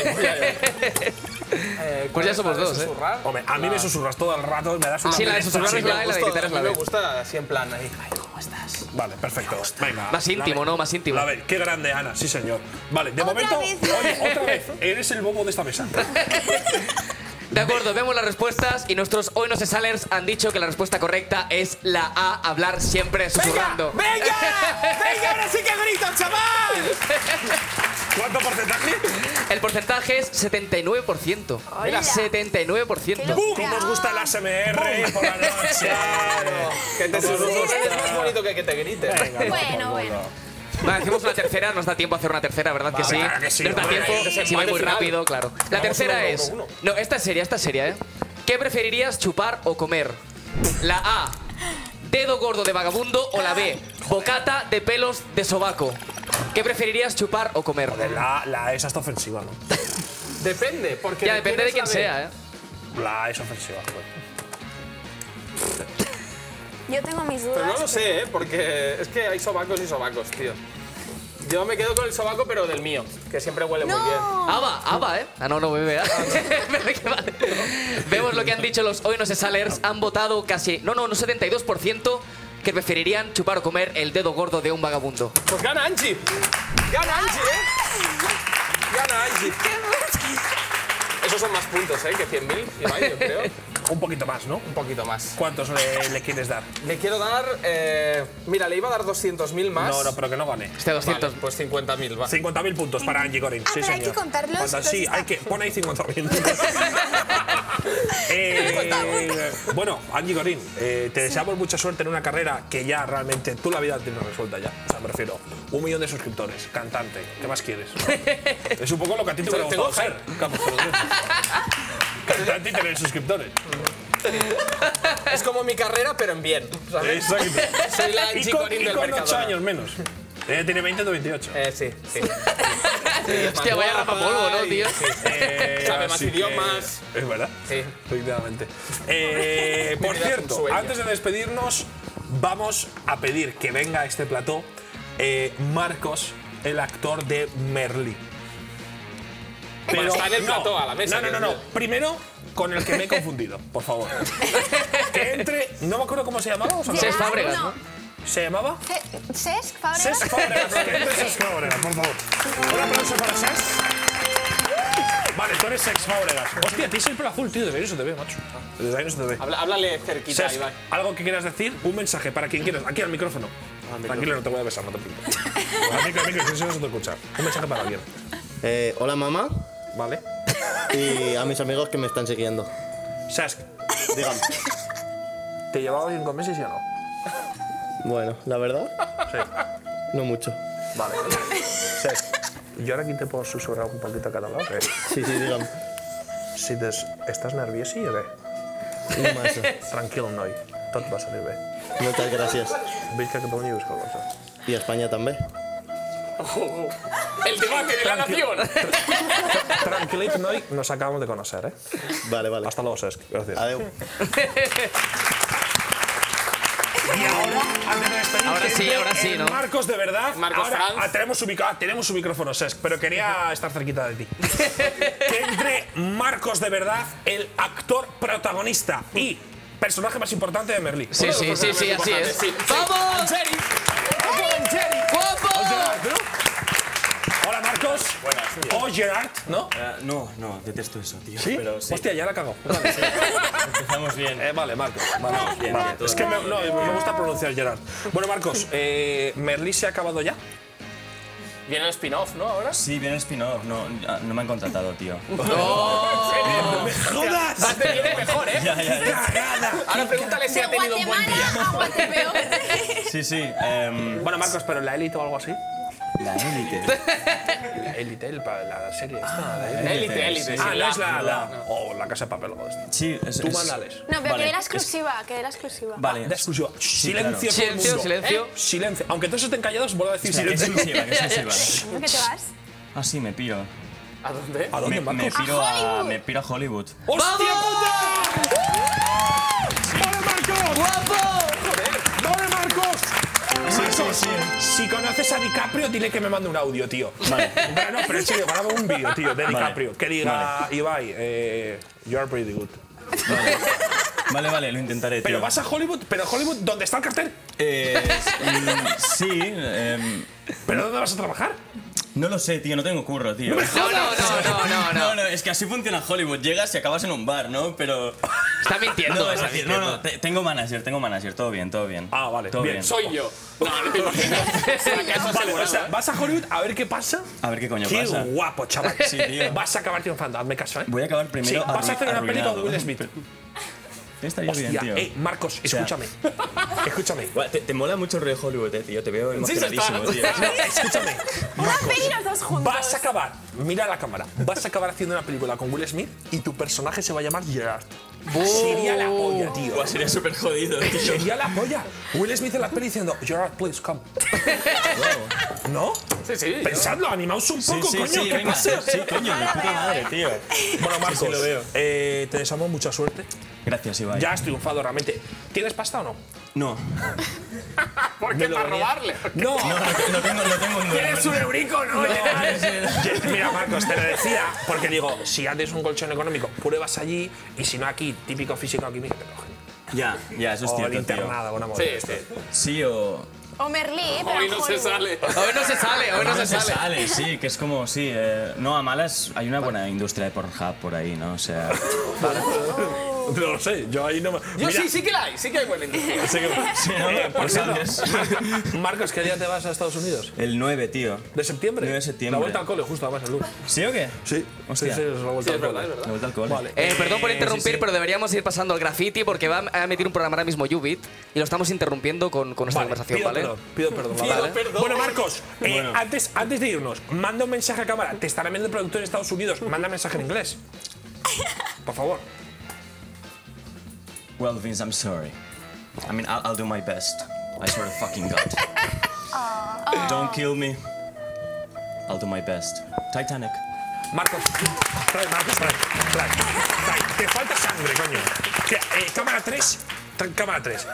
Speaker 8: Pues ya somos dos, ¿eh?
Speaker 5: Hombre, a mí me susurras todo el rato, me das una
Speaker 8: Sí, la de susurrar es la A y la de gritar es la
Speaker 7: me
Speaker 8: B.
Speaker 7: gusta así en plan ahí. Ay, ¿cómo estás?
Speaker 5: Vale, perfecto. Venga.
Speaker 8: Más íntimo, ¿no? Más íntimo.
Speaker 5: A ver, qué grande, Ana. Sí, señor. Vale, de
Speaker 8: Otra
Speaker 5: momento.
Speaker 8: vez.
Speaker 5: Oye, otra vez. Eres el bobo de esta mesa.
Speaker 8: De acuerdo, vemos las respuestas y nuestros hoy no se salers han dicho que la respuesta correcta es la A, hablar siempre susurrando.
Speaker 7: ¡Venga! ¡Venga, ahora sí que grito, chaval!
Speaker 5: ¿Cuánto porcentaje?
Speaker 8: El porcentaje es 79%. Mira, 79%.
Speaker 5: ¡Bum! Uh, ¿Cómo os gusta el ASMR por la noche?
Speaker 7: Que te susurres es más bonito que que te griten.
Speaker 2: Bueno, bueno.
Speaker 8: Va, hacemos una tercera, nos da tiempo a hacer una tercera, ¿verdad que
Speaker 7: Vale,
Speaker 8: sí?
Speaker 7: claro que sí,
Speaker 8: Nos da
Speaker 7: hombre,
Speaker 8: tiempo,
Speaker 7: hay que ser
Speaker 8: si va
Speaker 7: parte
Speaker 8: muy
Speaker 7: final.
Speaker 8: rápido, claro. La
Speaker 7: Vamos uno,
Speaker 8: tercera
Speaker 7: uno,
Speaker 8: es...
Speaker 7: uno.
Speaker 8: No, esta es seria, esta es seria, ¿eh? ¿Qué preferirías chupar o comer? La A, dedo gordo de vagabundo o la B, bocata de pelos de sobaco. ¿Qué preferirías chupar o comer?
Speaker 5: La, la E es hasta ofensiva, ¿no?
Speaker 7: Depende, porque.
Speaker 8: Ya,
Speaker 7: le
Speaker 8: depende de quién
Speaker 7: quieres la
Speaker 8: sea,
Speaker 7: B.
Speaker 8: ¿eh?
Speaker 5: La E es ofensiva, joder.
Speaker 2: Yo tengo mis dudas.
Speaker 7: Pero no lo sé, ¿eh? Porque es que hay sobacos y sobacos, tío. Yo me quedo con el sobaco, pero del mío, que siempre huele muy bien.
Speaker 8: Ava, Ava, ¿eh? Ah, no, no, bebé. ¿eh? Vale. Vemos lo que han dicho los hoy no se salers. Han votado casi, no, no, un 72% que preferirían chupar o comer el dedo gordo de un vagabundo.
Speaker 7: Pues gana Angie. Gana Angie, ¿eh? Gana Angie. Esos son más puntos, ¿eh? Que 100.000, Ibai, yo creo.
Speaker 5: Un poquito más, ¿no?
Speaker 7: Un poquito más.
Speaker 5: ¿Cuántos le, le quieres dar?
Speaker 7: Le quiero dar. eh, mira, le iba a dar 200.000 más.
Speaker 5: No, no, pero que no gane.
Speaker 8: Este 200.
Speaker 7: Vale, pues 50.000, va.
Speaker 5: 50.000 puntos para Angie Corin.
Speaker 15: Ah,
Speaker 5: sí,
Speaker 15: pero hay
Speaker 5: señor.
Speaker 15: que contarlos,
Speaker 5: Cuando-
Speaker 15: los
Speaker 5: sí, hay que. Pon ahí 50.000. eh, bueno, Angie Corin, eh, te deseamos mucha suerte en una carrera que ya realmente tú la vida la tienes resuelta ya. O sea, me refiero. Un millón de suscriptores, cantante. ¿Qué más quieres? es un poco lo que a ti te hubiera
Speaker 7: Tengo
Speaker 5: gustado ser. Campos Coloniales. Cantante y tener suscriptores.
Speaker 7: Es como mi carrera, pero en bien. ¿sabes?
Speaker 5: Exacto.
Speaker 7: Soy la
Speaker 5: Y
Speaker 7: Angie
Speaker 5: con,
Speaker 7: Corín
Speaker 5: y
Speaker 7: del
Speaker 5: con
Speaker 7: mercado.
Speaker 5: 8 años menos. Ella tiene 20 o 28.
Speaker 7: Eh, sí, sí.
Speaker 8: Hostia, vaya rapapolvo, ¿no, tío?
Speaker 5: Eh,
Speaker 7: Sabe más
Speaker 5: así que-
Speaker 7: idiomas.
Speaker 5: Es verdad.
Speaker 7: Sí.
Speaker 5: Efectivamente. Eh, por
Speaker 7: Mira, es un
Speaker 5: cierto,
Speaker 7: sueño.
Speaker 5: antes de despedirnos, vamos a pedir que venga a este plató eh, Marcos, el actor de Merlí.
Speaker 7: Bueno, está en el plató, a la mesa,
Speaker 5: No, no,
Speaker 7: quiero
Speaker 5: no, no.
Speaker 7: decir.
Speaker 5: Primero, con el que me he confundido, por favor. que entre. No me acuerdo cómo se llamaba. ¿os acordáis?
Speaker 8: Cesc
Speaker 3: Ah,
Speaker 8: Fábregas, ¿no?
Speaker 5: ¿Se llamaba?
Speaker 2: Ce- ¿Cesc? ¿Fábregas?
Speaker 5: Cesc Fábregas. Que entre Cesc Fábregas, por favor. Un aplauso para Cesc. Uh. Vale, tú eres Cesc Fábregas. Hostia, tienes el pelo azul, tío. De ahí no se te ve, macho. Desde ahí no se te ve.
Speaker 7: Habla- háblale cerquita,
Speaker 5: Cesc,
Speaker 7: Ibai.
Speaker 5: algo que quieras decir, un mensaje para quien quieras. Aquí Ah, al micrófono. Tranquilo, no te voy a besar, no te preocupes. al micro, al micro, que si no se te escucha. Un mensaje para alguien.
Speaker 16: Eh, hola mamá
Speaker 5: Vale.
Speaker 16: y a mis amigos que me están siguiendo.
Speaker 5: Cesc,
Speaker 16: Dígame.
Speaker 5: ¿te llevaba cinco meses ya no?
Speaker 16: Bueno, la verdad, no mucho.
Speaker 5: Vale. yo ahora aquí te puedo susurrar un poquito a cada lado.
Speaker 16: Sí, sí, dígame.
Speaker 5: Si estás nervioso, o qué?
Speaker 16: No massa.
Speaker 5: Tranquil, noi. Tot va salir bé.
Speaker 16: Moltes gràcies.
Speaker 5: Visca Catalunya i visca el Barça.
Speaker 16: I a Espanya també.
Speaker 8: El debate de la nación.
Speaker 5: Tranquilito, noi, nos acabamos de conocer, ¿eh?
Speaker 16: Vale, vale.
Speaker 5: Hasta luego, Cesc. Gracias.
Speaker 16: Adeu.
Speaker 5: Y ahora, antes de despedir,
Speaker 8: Ahora
Speaker 5: que
Speaker 8: sí,
Speaker 5: entre
Speaker 8: ahora sí,
Speaker 5: el
Speaker 8: ¿no?
Speaker 5: Marcos, de verdad.
Speaker 7: Marcos
Speaker 5: ahora,
Speaker 7: Franz.
Speaker 5: ah, tenemos, su micro- ah, tenemos su micrófono, Cesc, pero quería estar cerquita de ti. que entre Marcos, de verdad, el actor protagonista y personaje más importante de Merlí.
Speaker 8: Sí, sí, sí, sí, así es. ¡Vamos! ¡Guapo!
Speaker 5: Hola, Marcos. O Gerard, ¿no?
Speaker 17: no, no, detesto eso, tío.
Speaker 5: ¿Sí?
Speaker 17: Pero sí,
Speaker 5: Hostia, ya la cago.
Speaker 17: empezamos bien.
Speaker 5: Eh, vale, Marcos. Vale,
Speaker 17: bien,
Speaker 5: vale.
Speaker 17: bien, todo
Speaker 5: es que me,
Speaker 17: bien.
Speaker 5: no, me gusta pronunciar Gerard. Bueno, Marcos, eh, ¿Merlí se ha acabado ya?
Speaker 7: Viene el spin-off, ¿no? Ahora.
Speaker 17: Sí, bien spin-off. No, no me han contratado, tío.
Speaker 8: ¡No!
Speaker 5: ¡Me jodas!
Speaker 7: más te viene mejor, ¿eh?
Speaker 12: Ya, ya, ya.
Speaker 7: Ahora pregúntale si
Speaker 2: De
Speaker 7: ha tenido un buen día.
Speaker 12: Sí, sí. em,
Speaker 5: Bueno, Marcos, pero en la élite o algo así.
Speaker 12: La élite.
Speaker 5: La élite, el pa- la serie esta. la
Speaker 12: Élite, Élite, sí,
Speaker 5: Ah, no
Speaker 12: la-
Speaker 5: es la. la-
Speaker 12: no.
Speaker 5: Oh, la casa de papel o esto.
Speaker 12: Sí, es.
Speaker 5: Tú
Speaker 12: es-
Speaker 5: mandales.
Speaker 18: No, pero
Speaker 5: Vale,
Speaker 18: que dé la
Speaker 5: es-
Speaker 18: exclusiva, que dé la exclusiva.
Speaker 12: Vale.
Speaker 8: Ah,
Speaker 5: Da exclusiva.
Speaker 12: claro.
Speaker 5: Silencio, todo el
Speaker 12: Silencio,
Speaker 5: mundo.
Speaker 12: silencio.
Speaker 5: Eh, Silencio. Aunque todos estén callados, vuelvo a decir
Speaker 12: Espera,
Speaker 5: silencio.
Speaker 12: exclusiva, que exclusiva.
Speaker 18: ¿No que te vas?
Speaker 12: Ah, sí, me piro.
Speaker 7: ¿A dónde?
Speaker 5: ¿A dónde,
Speaker 12: me, me
Speaker 5: Marcos?
Speaker 12: piro
Speaker 5: A
Speaker 12: a,
Speaker 5: Hollywood.
Speaker 12: me piro a Hollywood.
Speaker 5: ¡Hostia puta! ¡Vale, Marcos! ¡Guapo! ¡Vale, Marcos! Marcos, si conoces a DiCaprio, dile que me mande un audio, tío.
Speaker 12: Vale.
Speaker 5: Pero no, pero en serio, graba un vídeo, tío, de
Speaker 12: Vale.
Speaker 5: DiCaprio. Que diga, Ibai, eh, you are pretty good.
Speaker 12: Vale, vale, lo intentaré. Eh, Tío.
Speaker 5: Pero vas a Hollywood, pero Hollywood, ¿dónde está el cartel?
Speaker 12: Eh, mm, sí. em,
Speaker 5: ¿Pero dónde vas a trabajar?
Speaker 12: no lo sé, tío, no tengo curro, tío.
Speaker 8: No, no, no, no, no, no.
Speaker 12: No, no, es que así funciona Hollywood. Llegas y acabas en un bar, ¿no? Pero.
Speaker 8: Está mintiendo.
Speaker 12: No, es
Speaker 8: está
Speaker 12: decir, no,
Speaker 8: mintiendo.
Speaker 12: no, te- tengo manager, tengo manager, todo bien, todo bien. Ah, vale, todo bien.
Speaker 7: Soy yo. No, no te imaginas.
Speaker 5: Vale, o sea, vas a Hollywood a ver qué pasa.
Speaker 12: A ver ¿eh? qué coño
Speaker 5: Qué
Speaker 12: pasa.
Speaker 5: guapo, chaval.
Speaker 12: Sí, tío.
Speaker 5: Vas a acabar triunfando, hazme caso, ¿eh?
Speaker 12: Voy a acabar primero.
Speaker 5: Sí, vas a
Speaker 12: arrui-
Speaker 5: hacer una peli
Speaker 12: arruinado.
Speaker 5: con Will Smith.
Speaker 12: Estaría
Speaker 5: Hostia,
Speaker 12: bien, tío.
Speaker 5: eh, Marcos,
Speaker 12: O sea,
Speaker 5: escúchame. Escúchame.
Speaker 12: Guau, Te, te mola mucho el rollo Hollywood, eh, tío. Te veo
Speaker 5: Sí, se está.
Speaker 12: emocionadísimo, tío.
Speaker 5: No, escúchame.
Speaker 18: Una peli los dos juntos.
Speaker 5: Vas a acabar, mira la cámara, vas a acabar haciendo una película con Will Smith y tu personaje se va a llamar Gerard. Sería la polla, tío.
Speaker 12: Guau, sería súper jodido, tío.
Speaker 5: Sería la polla. Will Smith en la peli diciendo, Gerard, please come. ¿No?
Speaker 7: Sí, sí. yo-
Speaker 5: Pensadlo, animaos un
Speaker 12: Sí,
Speaker 5: poco,
Speaker 12: sí,
Speaker 5: coño,
Speaker 12: sí,
Speaker 5: ¿qué
Speaker 12: venga.
Speaker 5: pasa?
Speaker 12: Sí, coño, de puta madre, tío.
Speaker 5: Bueno, Marcos,
Speaker 12: Sí, sí, lo veo.
Speaker 5: eh, te deseamos mucha suerte.
Speaker 12: Gracias, Ibai.
Speaker 5: Ya has triunfado realmente. ¿Tienes pasta o no?
Speaker 12: No.
Speaker 7: ¿Por qué?
Speaker 5: lo
Speaker 7: ¿Para
Speaker 5: venía-
Speaker 7: robarle?
Speaker 5: No,
Speaker 12: No, no, te- no tengo, no tengo un
Speaker 5: ¿Quieres un eurico? No, ya. Mira, Marcos, te lo decía, porque digo, si haces un colchón económico, pruebas allí y si no aquí, típico físico aquí mismo te cogen.
Speaker 12: Ya, ya, eso es
Speaker 5: o el
Speaker 12: cierto, tío.
Speaker 5: internado, una
Speaker 7: Sí,
Speaker 5: movida.
Speaker 7: sí.
Speaker 12: Sí, o.
Speaker 18: O Merlí, pero
Speaker 7: Hoy
Speaker 18: en
Speaker 7: no se
Speaker 18: Hollywood.
Speaker 7: sale.
Speaker 8: Hoy no se sale, hoy no se
Speaker 12: se
Speaker 8: sale.
Speaker 12: sale, sí, que es como, sí. eh, no, a malas hay una buena industria de Pornhub por ahí, ¿no? O sea.
Speaker 5: No lo sé, yo ahí no me.
Speaker 7: Yo
Speaker 5: Mira,
Speaker 7: sí, sí que la hay, sí que hay buena industria.
Speaker 12: sí, ¿no?
Speaker 5: eh, por cierto,
Speaker 12: Pornhub.
Speaker 5: Marcos, ¿qué día te vas a Estados Unidos?
Speaker 12: El 9, tío.
Speaker 5: ¿De septiembre?
Speaker 12: 9 de septiembre.
Speaker 5: La vuelta al cole, justo, además, el lunes.
Speaker 12: ¿Sí o qué?
Speaker 5: Sí,
Speaker 12: Hostia.
Speaker 5: sí, es la
Speaker 7: Sí,
Speaker 5: vuelta
Speaker 7: es verdad, es
Speaker 5: al cole.
Speaker 7: verdad.
Speaker 12: La vuelta al cole.
Speaker 5: Vale.
Speaker 8: Eh, perdón por
Speaker 12: Eh, sí,
Speaker 8: interrumpir,
Speaker 12: sí.
Speaker 8: pero deberíamos ir pasando al graffiti porque va a emitir un programa ahora mismo Ubit y lo estamos interrumpiendo con, con nuestra conversación,
Speaker 5: pido
Speaker 8: ¿vale?
Speaker 5: Perdón, pido perdón,
Speaker 7: Pido
Speaker 5: ¿vale?
Speaker 7: perdón.
Speaker 5: Bueno, Marcos, eh,
Speaker 12: Bueno.
Speaker 5: Antes, antes de irnos, manda un mensaje a cámara. Te estará viendo el productor en Estados Unidos. Manda un mensaje en inglés. Por favor.
Speaker 12: Well, Vince, I'm sorry. I mean, I'll, I'll do my best. I swear to fucking God. Don't kill me. I'll do my best. Titanic.
Speaker 5: Marcos, trae, Marcos, trae. trae, trae. Te falta sangre, coño. Que, eh, cámara 3. Cámara 3.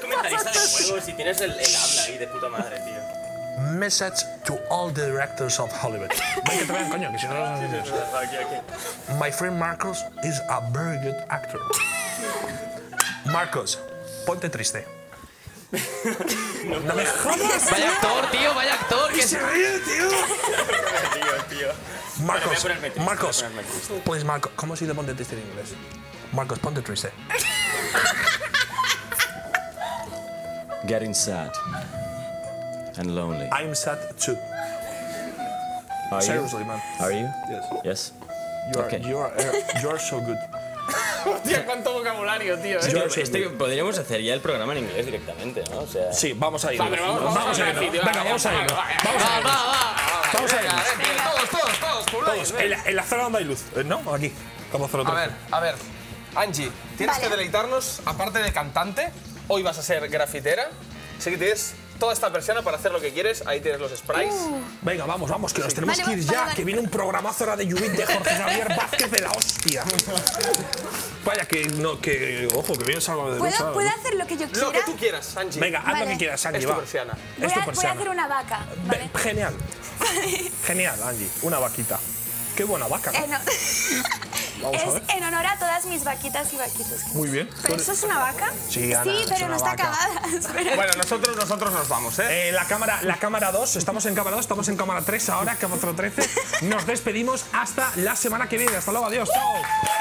Speaker 12: comentarista de juegos y tienes el, habla ahí de puta madre, tío.
Speaker 5: Message to all the directors of Hollywood. Ven, que te vean, coño, que si no, no, no, no. My friend Marcos is a very good actor. Marcos, ponte triste. No me jodas.
Speaker 8: Vaya actor, tío, vaya actor. Que
Speaker 5: ¡Que se ríe, tío! Marcos,
Speaker 12: Bueno, voy a ponerme triste,
Speaker 5: Marcos,
Speaker 12: voy a ponerme triste.
Speaker 5: pues Marcos, ¿cómo se dice ponte triste en inglés? Marcos, ponte triste.
Speaker 12: Getting sad. And lonely.
Speaker 5: I'm sad too.
Speaker 12: Are
Speaker 5: Seriously, man.
Speaker 12: you? Are you?
Speaker 5: Yes.
Speaker 12: Yes.
Speaker 5: You are,
Speaker 12: Okay.
Speaker 5: you are, eh, you are so good.
Speaker 7: Hostia, cuánto vocabulario, tío. ¿eh?
Speaker 12: Tío, este podríamos hacer ya el programa en inglés directamente, ¿no? O sea.
Speaker 5: Sí, vamos a ir.
Speaker 7: Vale, vamos, vamos,
Speaker 5: a
Speaker 7: al
Speaker 5: ir.
Speaker 7: graffiti,
Speaker 5: Venga, vamos a ir.
Speaker 7: va, va,
Speaker 5: Vamos a
Speaker 7: va,
Speaker 5: ir.
Speaker 7: va, va, va,
Speaker 5: Vamos a
Speaker 7: venga,
Speaker 5: irnos.
Speaker 7: venga, Todos, todos, todos, poblados,
Speaker 5: Todos,
Speaker 7: venga.
Speaker 5: en la, en la zona donde hay luz, eh, ¿no? Aquí. Como zona
Speaker 7: A
Speaker 5: otra.
Speaker 7: ver, a ver. Angie, tienes que deleitarnos, aparte de cantante, hoy vas a ser grafitera. Así que tienes toda esta persiana para hacer lo que quieres. Ahí tienes los sprays.
Speaker 5: Venga, vamos, vamos, que nos tenemos
Speaker 3: Vale,
Speaker 5: que ir
Speaker 3: vale,
Speaker 5: ya,
Speaker 3: vale.
Speaker 5: que viene un programazo ahora de Judith de Jorge Javier Vázquez de la hostia. Vaya, que no, que. Ojo, que vienes algo de
Speaker 3: ¿Puedo,
Speaker 5: derecha,
Speaker 3: ¿Puedo
Speaker 5: ¿no?
Speaker 3: hacer lo que yo quiera?
Speaker 7: Lo que tú quieras, Angie.
Speaker 5: Venga, haz lo
Speaker 3: Vale.
Speaker 5: que quieras, Angie,
Speaker 7: Es tu
Speaker 5: va.
Speaker 7: persiana.
Speaker 3: Voy
Speaker 5: Es tu
Speaker 3: a, voy a
Speaker 5: persiana.
Speaker 3: hacer una vaca.
Speaker 5: Ve-
Speaker 3: ¿vale?
Speaker 5: Genial. Genial, Angie. Una vaquita. Qué buena vaca.
Speaker 3: En,
Speaker 5: Vamos a ver.
Speaker 3: Eh, es en honor a todas mis vaquitas y vaquitos.
Speaker 5: Muy bien.
Speaker 3: ¿Pero eso es una vaca?
Speaker 5: Sí, Ana, es
Speaker 3: pero
Speaker 5: una
Speaker 3: no está
Speaker 5: vaca.
Speaker 3: acabada. Espera.
Speaker 7: Bueno, nosotros, nosotros nos vamos, ¿eh?
Speaker 5: Eh, la cámara la cámara 2, estamos en cámara 2, estamos en cámara 3 ahora, cámara 13. Nos despedimos hasta la semana que viene. Hasta luego, adiós. Chao.